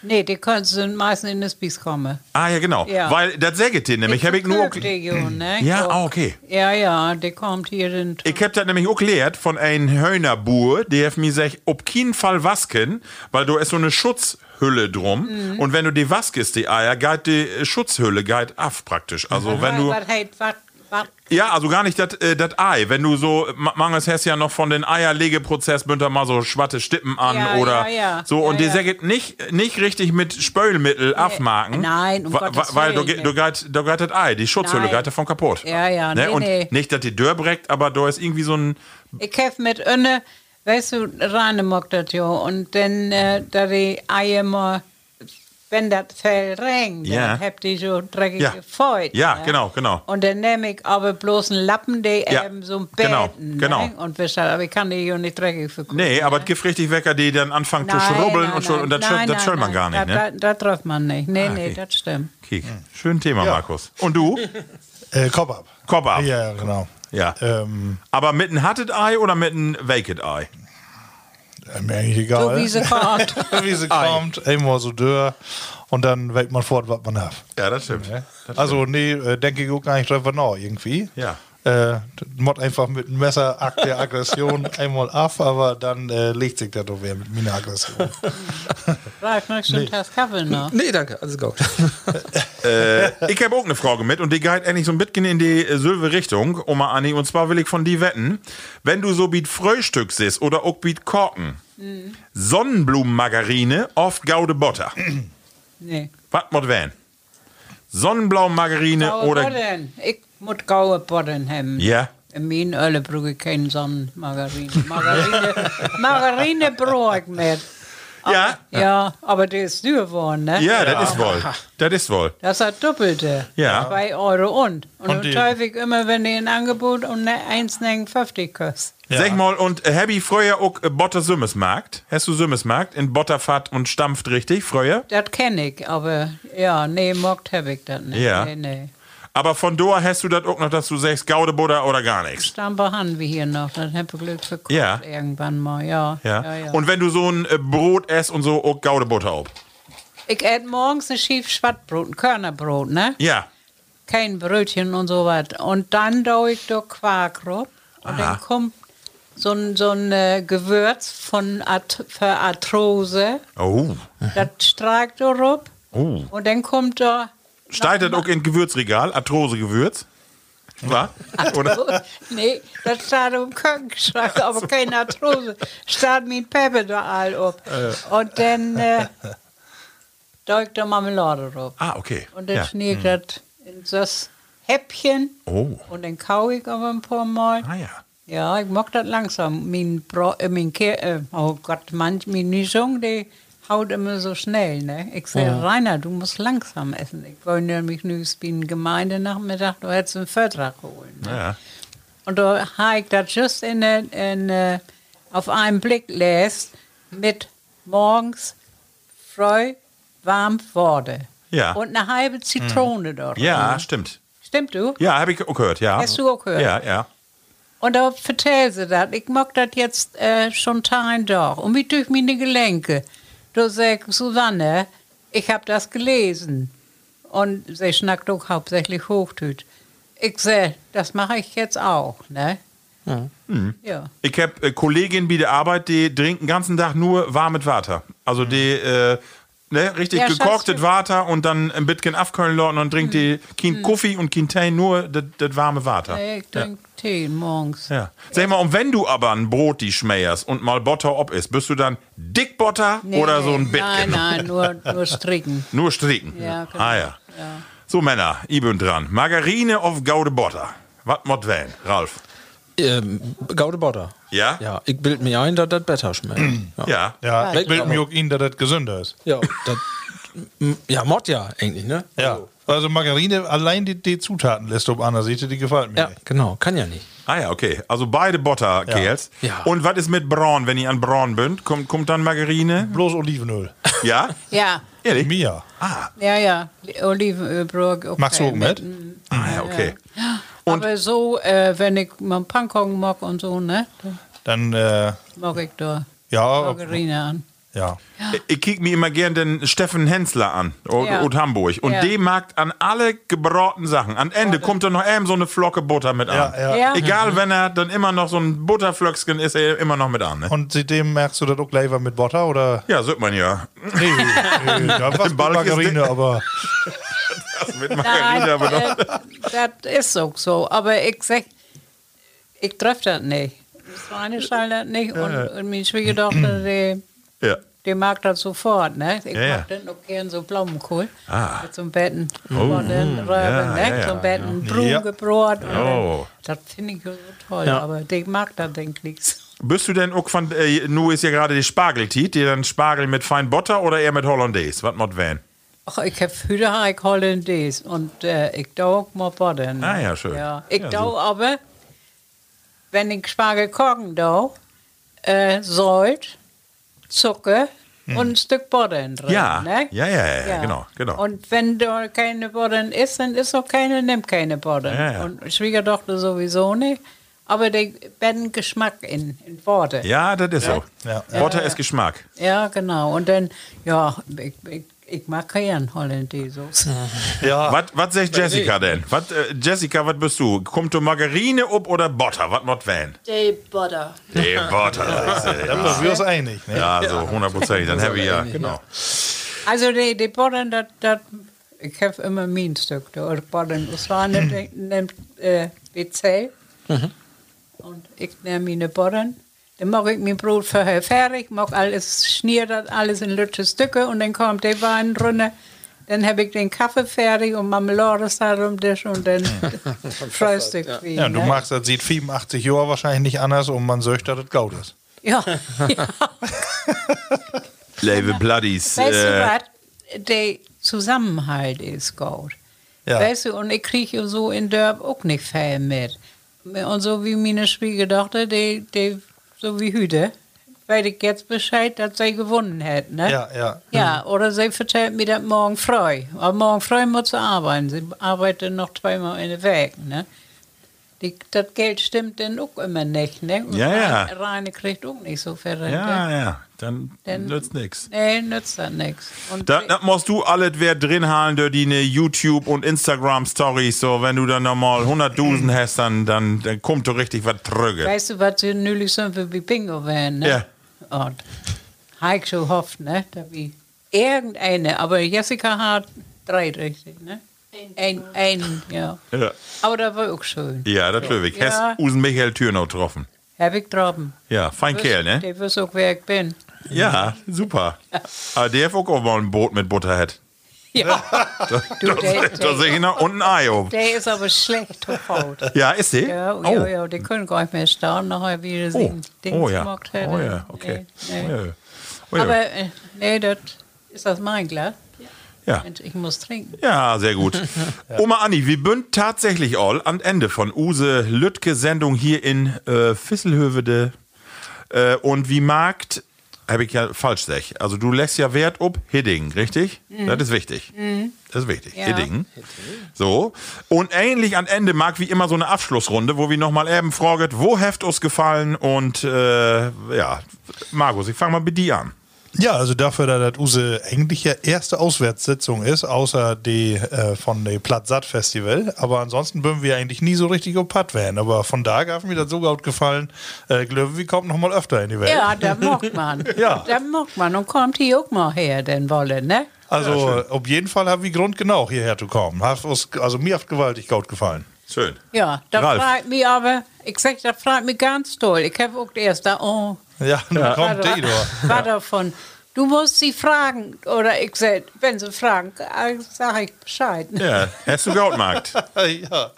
nee, die können sind meistens in das Bies kommen.
Ah ja, genau.
Ja.
Weil das säget dir nämlich. Hab ich nur.
Region, ne?
Ja,
So.
ah, okay.
Ja, ja, die kommt hier in.
Ich hab das nämlich auch gelehrt von einem Hörnerbuhr, der hat mir gesagt, ob keinen Fall wasken, weil du ist so eine Schutzhülle drum. Und wenn du die waskest, die Eier, geht die äh, Schutzhülle geht af praktisch. Also wenn du.
Was, heißt, was, was
Ja, also gar nicht das äh, das Ei. Wenn du so, äh, ma- manches hast ja noch von den Eierlegeprozess, bündet mal so schwatte Stippen an
Ja,
oder
ja, ja.
so. und
Ja,
die
ja.
säget nicht, nicht richtig mit Spölmittel abmarken.
Nein, um
wa- wa-
Gottes
Weil du,
Willen,
ge- du
nee.
geit, du geit das Ei, die Schutzhülle
Nein.
geht davon kaputt. Ne?
Ja, ja, nee,
Und
nee.
nicht, dass die Dörr breckt, aber da ist irgendwie so ein,
Ich habe mit Önne, weißt du, reingemockt das ja. Und dann, äh, da die Eier mal, wenn das Fell regnet,
Ja.
dann habt ihr so dreckig
Ja.
gefeuert.
Ja, genau, genau.
Und dann nehme ich aber bloß einen Lappen, der
Ja,
eben so ein
genau,
Betten,
genau.
Ne? Und wisst ihr, aber ich kann die ja nicht dreckig verkaufen.
Nee, aber es gibt richtig Wecker, die dann anfangen zu schrubbeln und, schon, und das, schö- das schön man gar nicht. Ne? Ah,
Das, das trifft man nicht. Nee,
okay.
nee, das stimmt.
Okay. Schön Thema,
Ja.
Markus. Und du?
Äh, Kopf ab.
Kopf ab.
Ja, genau.
Ja.
Ähm,
Aber mit einem hatted Ei oder mit einem Vacant Ei?
äh, mir eigentlich egal.
So wie sie kommt.
wie sie kommt, immer so dürr. Und dann wägt man fort, was man hat.
Ja, das stimmt. Ja.
Also, nee, äh, denke ich auch gar nicht drüber nach, irgendwie.
Ja.
Äh, Mod einfach mit einem Messer, Akt der Aggression einmal ab, aber dann äh, legt sich das doch wer mit meiner Aggression.
Ralf, möchtest du einen Tass Kaffee noch?
Nee, danke, alles gut.
Äh, ich habe auch eine Frage mit und die geht eigentlich so ein bisschen in die äh, Sylve Richtung, Oma Anni. Und zwar will ich von die wetten, wenn du so biet Frühstück siehst oder auch biet Korken, Sonnenblumenmargarine auf Gaude Butter.
Nee.
Was mod wen? Sonnenblumenmargarine
Gaue
oder.
Bodden. Ich muss gaue Bodden haben.
Ja.
In min Ölle brauche ich keinen Sonnenmargarine. Margarine, Margarine brauche ich mit.
Ja.
Ja, aber die ist teuer geworden, ne?
Ja, das ist wohl. Das ist wohl.
Das hat Doppelte.
Ja.
Zwei Euro und. Und,
Und
und
die-
häufig immer, wenn ihr ein Angebot um eine 1,50 kostet.
Sag mal, und Happy Freuer auch äh, Botter Sümmesmarkt. Hast du Sümmesmarkt in Botterfahrt und stampft richtig, Freuer?
Das kenne ich, aber ja, nee, mockt habe ich das nicht.
Ja.
Nee, nee.
Aber von Doa hast du das auch noch, dass du sagst Gaude Butter oder gar nichts.
Stamper haben wir hier noch, das habe ich Glück verkauft
Ja.
irgendwann mal, ja.
Ja. Und wenn du so ein äh, Brot esst und so, auch Gaude Butter auf.
ich esse morgens ein Schief Schwattbrot, ein Körnerbrot, ne?
Ja.
kein Brötchen und so was. Und dann tue ich da Quark drauf. Und
Aha.
dann kommt so ein, so ein äh, Gewürz von At für Arthrose.
Oh.
Das streicht da drauf.
Oh.
Und dann kommt da.
Steigt das auch in Gewürzregal, Arthrose-Gewürz? Wa? Oder?
Nee, das steht im Küchenschrank,
Also.
aber keine Arthrose. Steht mit Pepe da all auf. Und dann äh, tue ich da Marmelade drauf.
Ah, okay.
Und dann
Ja. Mhm.
schneide ich das in das Häppchen.
Oh.
Und dann kaue ich aber ein paar Mal.
Ah ja.
Ja, ich mag das langsam. Mein, Bro, äh, mein Ke äh, oh Gott, manch, mein Nischung, die haut immer so schnell. Ne? Ich sage, Rainer, du musst langsam essen. Ich wollte nämlich nüs wie ein Gemeindenachmittag, du hättest einen Vertrag holen. Ne?
Ja.
Und da habe ich das just in, äh, der- in, äh, auf einen Blick lässt mit morgens Freu warm wurde.
Ja. Hm.
Und eine halbe Zitrone dort.
Ja,
rein.
stimmt.
Stimmt du?
Ja, habe ich auch gehört, ja.
Hast du auch gehört?
Ja, ja.
Und da vertell sie das. Ich mag das jetzt äh, schon teilen doch. Und wie durch meine Gelenke. Du sagst, Susanne, ich habe das gelesen. Und sie schnackt auch hauptsächlich Hochtüt. Ich sag, das mache ich jetzt auch, ne?
Mhm.
Ja.
Ich habe äh, Kolleginnen bei der Arbeit, die trinken den ganzen Tag nur warmes Water. Also die, äh, ne, richtig
Mhm. Ja, Mhm.
gekochtes
Schatz,
Water und dann ein bisschen abkühlen lassen und trinkt die kein Kaffee und kein Tee, nur das das warme Water.
Ich trinke Tee morgens.
Ja. Sag mal, und wenn du aber ein Brot die schmeierst und mal Butter ob ist, bist du dann Dickbotter
Nee,
oder so ein
nee, Nein,
Bittgen?
nein, nur, nur stricken.
Nur stricken.
Ja, genau.
Ah ja.
Ja.
So Männer, ich bin dran. Margarine auf Gaude Butter. Was mod wählen, Ralf?
Ähm, Gaude Butter.
Ja?
Ja, ich bild mir ein, dass das besser schmeckt.
Ja.
Ja,
Ja,
ich bild
aber-
mir auch ihn, dass das gesünder ist.
Ja, das, m- ja Mott ja eigentlich, ne?
Ja. Also Margarine, allein die, die Zutatenliste ob einer sieht, die gefällt mir
Ja,
nicht.
genau, kann ja nicht.
Ah ja, okay. Also beide Butter kehls.
Ja.
Und was ist mit Braun, wenn ihr an Braun bünd? Kommt, kommt dann Margarine?
Bloß Olivenöl.
Ja?
Ja,
Ehrlich?
Mia.
ja, ja. Olivenölbrot. Okay.
Magst du auch mit?
Ah ja, okay.
Aber so, äh, wenn ich mal Pankong mag und so, ne?
Dann,
dann
äh,
Mag ich da
ja,
Margarine an.
ja.
Ich kick mir immer gern den Steffen Hensler an, aus
Ja.
aus Hamburg. Und
Ja.
der mag an alle gebratenen Sachen. Am Ende kommt dann noch eben so eine Flocke Butter mit an.
Ja, Mhm. ja.
Ja.
Egal, wenn er dann immer noch so ein Butterflöcksken ist, er immer noch mit an. Ne?
Und seitdem merkst du das auch gleich mit Butter oder?
Ja, sieht man ja.
Nee, nee da war
Balk ist
Margarine,
nicht-
aber
Das mit
Nein,
Margarine, aber
äh, das ist auch so. Aber ich sag, ich treffe das nicht. Das eine schall das nicht. Und, und meine Schwiegertochter, die,
Ja.
die mag das sofort, ne? Ich
Ja, ja.
mag dann auch gern so Blumenkohl.
Ah.
Mit so einem Betten. und dann Röhren,
ja,
ne?
ja.
So ein Betten
Ja.
Blumengebrot. und dann-
Oh.
Das finde ich so toll.
Ja.
Aber ich mag das, denke ich, nicht.
Bist du denn auch von, äh, nu ist ja gerade die Spargeltit, die dann Spargel mit fein Butter oder eher mit Hollandaise? Was mod wählen?
Ach, ich habe früher ich Hollandaise und äh, ich tau auch mal Boden.
Ah ja, schön.
Ja, ich
Ja,
tau aber, wenn ich Spargel kochen tau, äh, Salt, Zucker und ein Stück Boden drin.
Mhm. Ja.
ne?
Ja, ja, ja, ja, genau, genau.
Und wenn da keine Boden ist, dann ist auch keine, nimm keine Boden.
Ja, ja.
Und Schwiegertochter sowieso nicht. Aber die werden Geschmack in, in Worte.
Ja, das ist so.
Ja.
Butter ist Geschmack.
Ja, genau. Und dann, ja, ich, ich, ich mag keinen Hollandaise.
ja.
Was was sagt Jessica denn? Was, äh, Jessica, was bist du? Kommt du Margarine ob oder Butter? Was mod wählen?
Day Butter.
Nee, Butter. das ist, äh,
Da sind wir uns einig. Ne?
Ja, so hundertprozentig. Dann habe ich ja, genau.
Also die, die Bodden, dat, dat, ich habe immer mein Stück. Die Bodden, das war eine, nimmt äh, WC. Und ich nehme meine Bodden. Dann mache ich mein Brot vorher fertig, mache alles, schnier das alles in lütte Stücke und dann kommt der Wein runter. Dann habe ich den Kaffee fertig und Marmelade ist da rum Tisch und dann Frühstück. Ja.
Ja, und du magst das sieht 85 Jahre wahrscheinlich nicht anders und man söcht, dass das gaut ist.
Ja.
Leve Bloodies.
Weißt du
äh,
was? Der Zusammenhalt ist gut.
Ja.
Weißt du, und ich kriege so in Dörp auch nicht viel mit. Und so wie meine Schwiegertochter, die, die so wie Hüte, weil ich jetzt Bescheid, dass sie gewonnen hätte. Ne?
Ja, ja.
Ja, oder sie vertellt mir das morgen früh. Aber morgen früh muss sie arbeiten. Sie arbeitet noch zweimal in der Weg. Ne? Die, das Geld stimmt dann auch immer nicht. Ne? Und
Ja, ja.
Reine- Reine kriegt auch nicht so viel Rente.
ja, ja, dann,
Dann-
nützt nichts.
Nee, nützt das nichts. Und
Da, da musst du alles wer drin halen, der die ne YouTube und Instagram Stories, so wenn du dann nochmal 100.000 hast, dann, dann, dann kommt doch richtig was drüge.
Weißt du, was wir neulich sind, wenn wir Bingo wären, ne?
Ja.
Und habe ich schon gehofft, ne? Da wie irgendeine, aber Jessica hat drei richtig, ne? Ein, ein, ja.
Ja,
Aber da war auch schön.
ja das löwig.
Ja.
Ja. Hast Usen Michael Thürnau getroffen.
Hab ich getroffen.
Ja, fein Kerl, ne?
Der wusste auch, wer ich bin.
Ja, super. Aber der hat auch mal ein Brot mit Butter hat.
Ja. du,
Da
der, der,
sehe ich noch unten Ei oben.
der ist aber schlecht verfault.
Ja, ist sie?
Ja, oh, ja, ja, die können gar nicht mehr staunen, nachher wieder
Oh,
sehen.
oh ja. Oh ja, okay.
Nee,
Oh
nee.
ja. Oh ja.
Aber äh, nee, das ist das mein Glas.
ja.
Mensch, ich muss trinken.
Ja, sehr gut. Oma Anni, wir bünd tatsächlich all am Ende von Use Lüttke Sendung hier in äh, Fisselhövede. Äh, und wie magt habe ich ja falsch sech. Also du lässt ja Wert ob Hidding, richtig? Das ist wichtig. Das ist wichtig.
Mhm. Ja.
Hidding. So. Und ähnlich am Ende mag wie immer so eine Abschlussrunde, wo wir nochmal eben fragen, wo heft uns gefallen und äh, ja, Markus, ich fange mal mit dir an.
Ja, also dafür, dass das Use eigentlich ja erste Auswärtssitzung ist, außer die äh, von dem Platzsatt Festival. Aber ansonsten würden wir eigentlich nie so richtig auf Patt werden. Aber von da gab mir das so gut gefallen. Äh, Glöwen, wie kommt nochmal öfter in die Welt?
Ja, da mag man.
Ja.
Da mag man. Und kommt hier auch mal her, den Wolle, ne?
Also auf jeden Fall haben wir Grund genau hierher zu kommen. Hat uns, also mir hat gewaltig gut gefallen.
Schön.
Ja, das
Ralf.
freut mich aber, ich sag, das freut mich ganz toll. Ich habe auch erst da, oh,
Ja, nun kommt
warte,
Theodor.
war davon. Du musst sie fragen, oder ich sag, wenn sie fragen, sage ich Bescheid.
Ja, hast du Gautmarkt.
ja.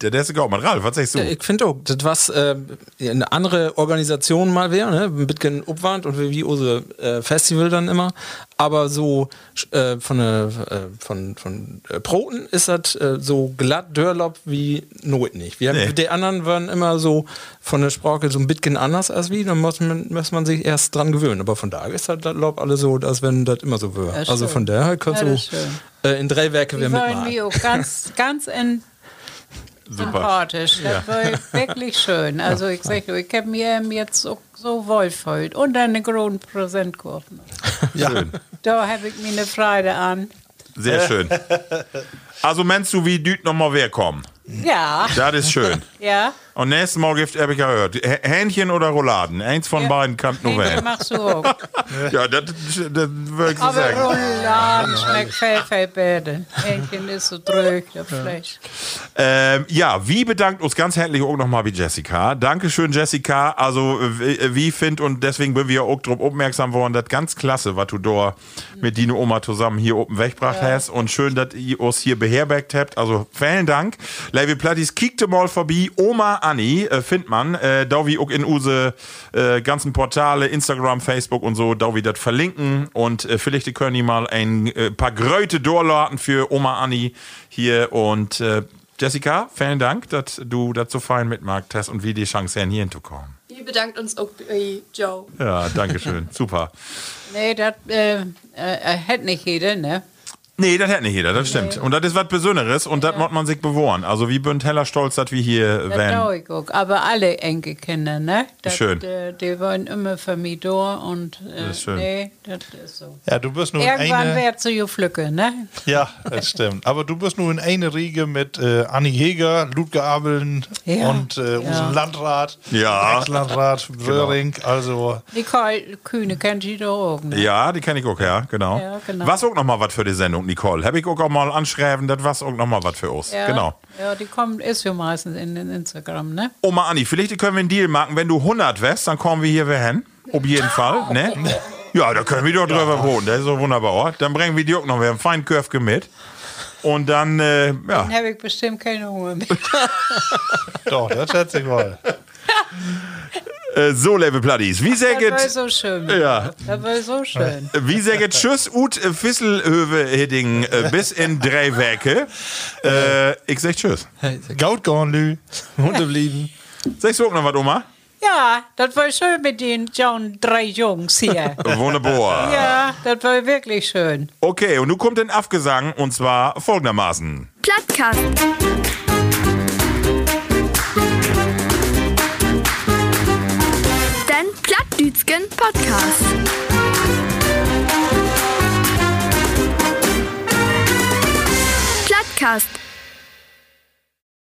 Der, der ist ein Gautmarkt. Ralf, was sagst du?
Ja, ich finde auch, das was äh, eine andere Organisation mal wäre, ne? ein bisschen Obwand und wie unser äh, Festival dann immer, aber so äh, von, äh, von, von äh, Proten ist das äh, so glatt Dörlop wie Not nicht. Wir haben,
Nee.
Die anderen waren immer so von der Sprache so ein bisschen anders als wie, dann muss man, muss man sich erst dran gewöhnen. Aber von da ist das Lob alle so, als wenn das immer so wäre.
Das
Also
stimmt.
von daher kannst
Ja, das
du
stimmt.
äh, in drei Werke wieder
Die wollen
mitmachen.
mich auch ganz, ganz in sympathisch. Das war wirklich schön. Also ich sag, ich habe mir jetzt auch so wohlfühlt und eine große Präsentkurve.
Schön.
Da habe ich mir eine Freude an.
Sehr schön. Also meinst du, wie Düt nochmal wer kommen?
Ja,
Das ist schön.
ja.
Und nächstes Mal gibt habe ich ja gehört. H- Hähnchen oder Rouladen? Eins von
Ja.
beiden kann nur
Das
werden.
machst du auch.
Ja, das, das würde ich so
Aber
sagen.
Rouladen schmeckt viel, viel besser. Hähnchen ist so drück, das Fleisch.
Ähm, ja, wie bedankt uns ganz herzlich auch nochmal wie Jessica. Dankeschön, Jessica. Also, äh, wie find und deswegen bin wir auch drauf aufmerksam worden, das ganz klasse, was du da mit Dino Oma zusammen hier oben weggebracht hast und schön, dass ihr uns hier beherbergt habt. Also, vielen Dank. Levi Plattis, kickte mal vorbei. Oma Anni, äh, findet man, äh, da wie auch in use äh, ganzen Portale, Instagram, Facebook und so, da wie das verlinken und äh, vielleicht können die mal ein äh, paar Gröte dorlaten für Oma Anni hier und äh, Jessica, vielen Dank, dass du das so fein mitmacht hast und wir die Chance haben, hierhin zu kommen.
Wir bedankt uns auch bei Joe.
Ja, danke schön. Super.
Nee, das äh, äh, hätte nicht jeder, ne?
Nee, das hat nicht jeder, das stimmt. Und das ist was Besonderes und das muss man sich bewahren. Also, wie bünd heller stolz, dass wir hier
Das
wären.
traurig auch. Aber alle Enkelkinder, ne? Das,
Schön.
äh, die wollen immer für mich da und äh,
Das ist schön.
nee, das ist so.
ja, du bist nur in
Irgendwann
eine.
wird sie gepflücken, ne?
Ja, das stimmt. Aber du bist nur in eine Riege mit äh, Anni Heger, Ludger Abeln
Ja.
und äh, unserem Landrat,
Ja.
Ex-Landrat Röhring. Also
Nicole Kühne kennt sie doch auch, ne?
Ja, die kenne ich auch, ja, genau.
Ja, genau.
Was auch nochmal was für die Sendung, Nicole. Hab ich auch, auch mal anschreiben, das was auch nochmal was für uns.
Ja,
Genau.
Ja, die kommt, ist ja meistens in den Instagram, ne?
Oma Anni, vielleicht können wir einen Deal machen. Wenn du 100 wärst, dann kommen wir hier wieder hin. Auf jeden Fall, ne? Ja, da können wir doch drüber wohnen. Das ist so wunderbar. Dann bringen wir die auch noch. Wir haben feinen Körfke mit. Und dann, äh, ja.
Dann habe ich bestimmt keine Hunger mehr.
doch, das schätze ich mal.
Äh, so, Level Platties. Wie sehr
Das war
geht.
so schön.
Ja.
Das war so schön.
Wie sehr geht Tschüss, Ut äh, Fisselhöwe Hidding äh, bis in drei Werke. Äh, ich sag Tschüss.
Gaut Gornlü, Hunde blieben.
Sagst du auch noch was, Oma?
Ja, das war schön mit den John drei Jungs hier.
Wunderbar.
ja, das war wirklich schön.
Okay, und nun kommt ein Abgesang und zwar folgendermaßen.
Plattkast.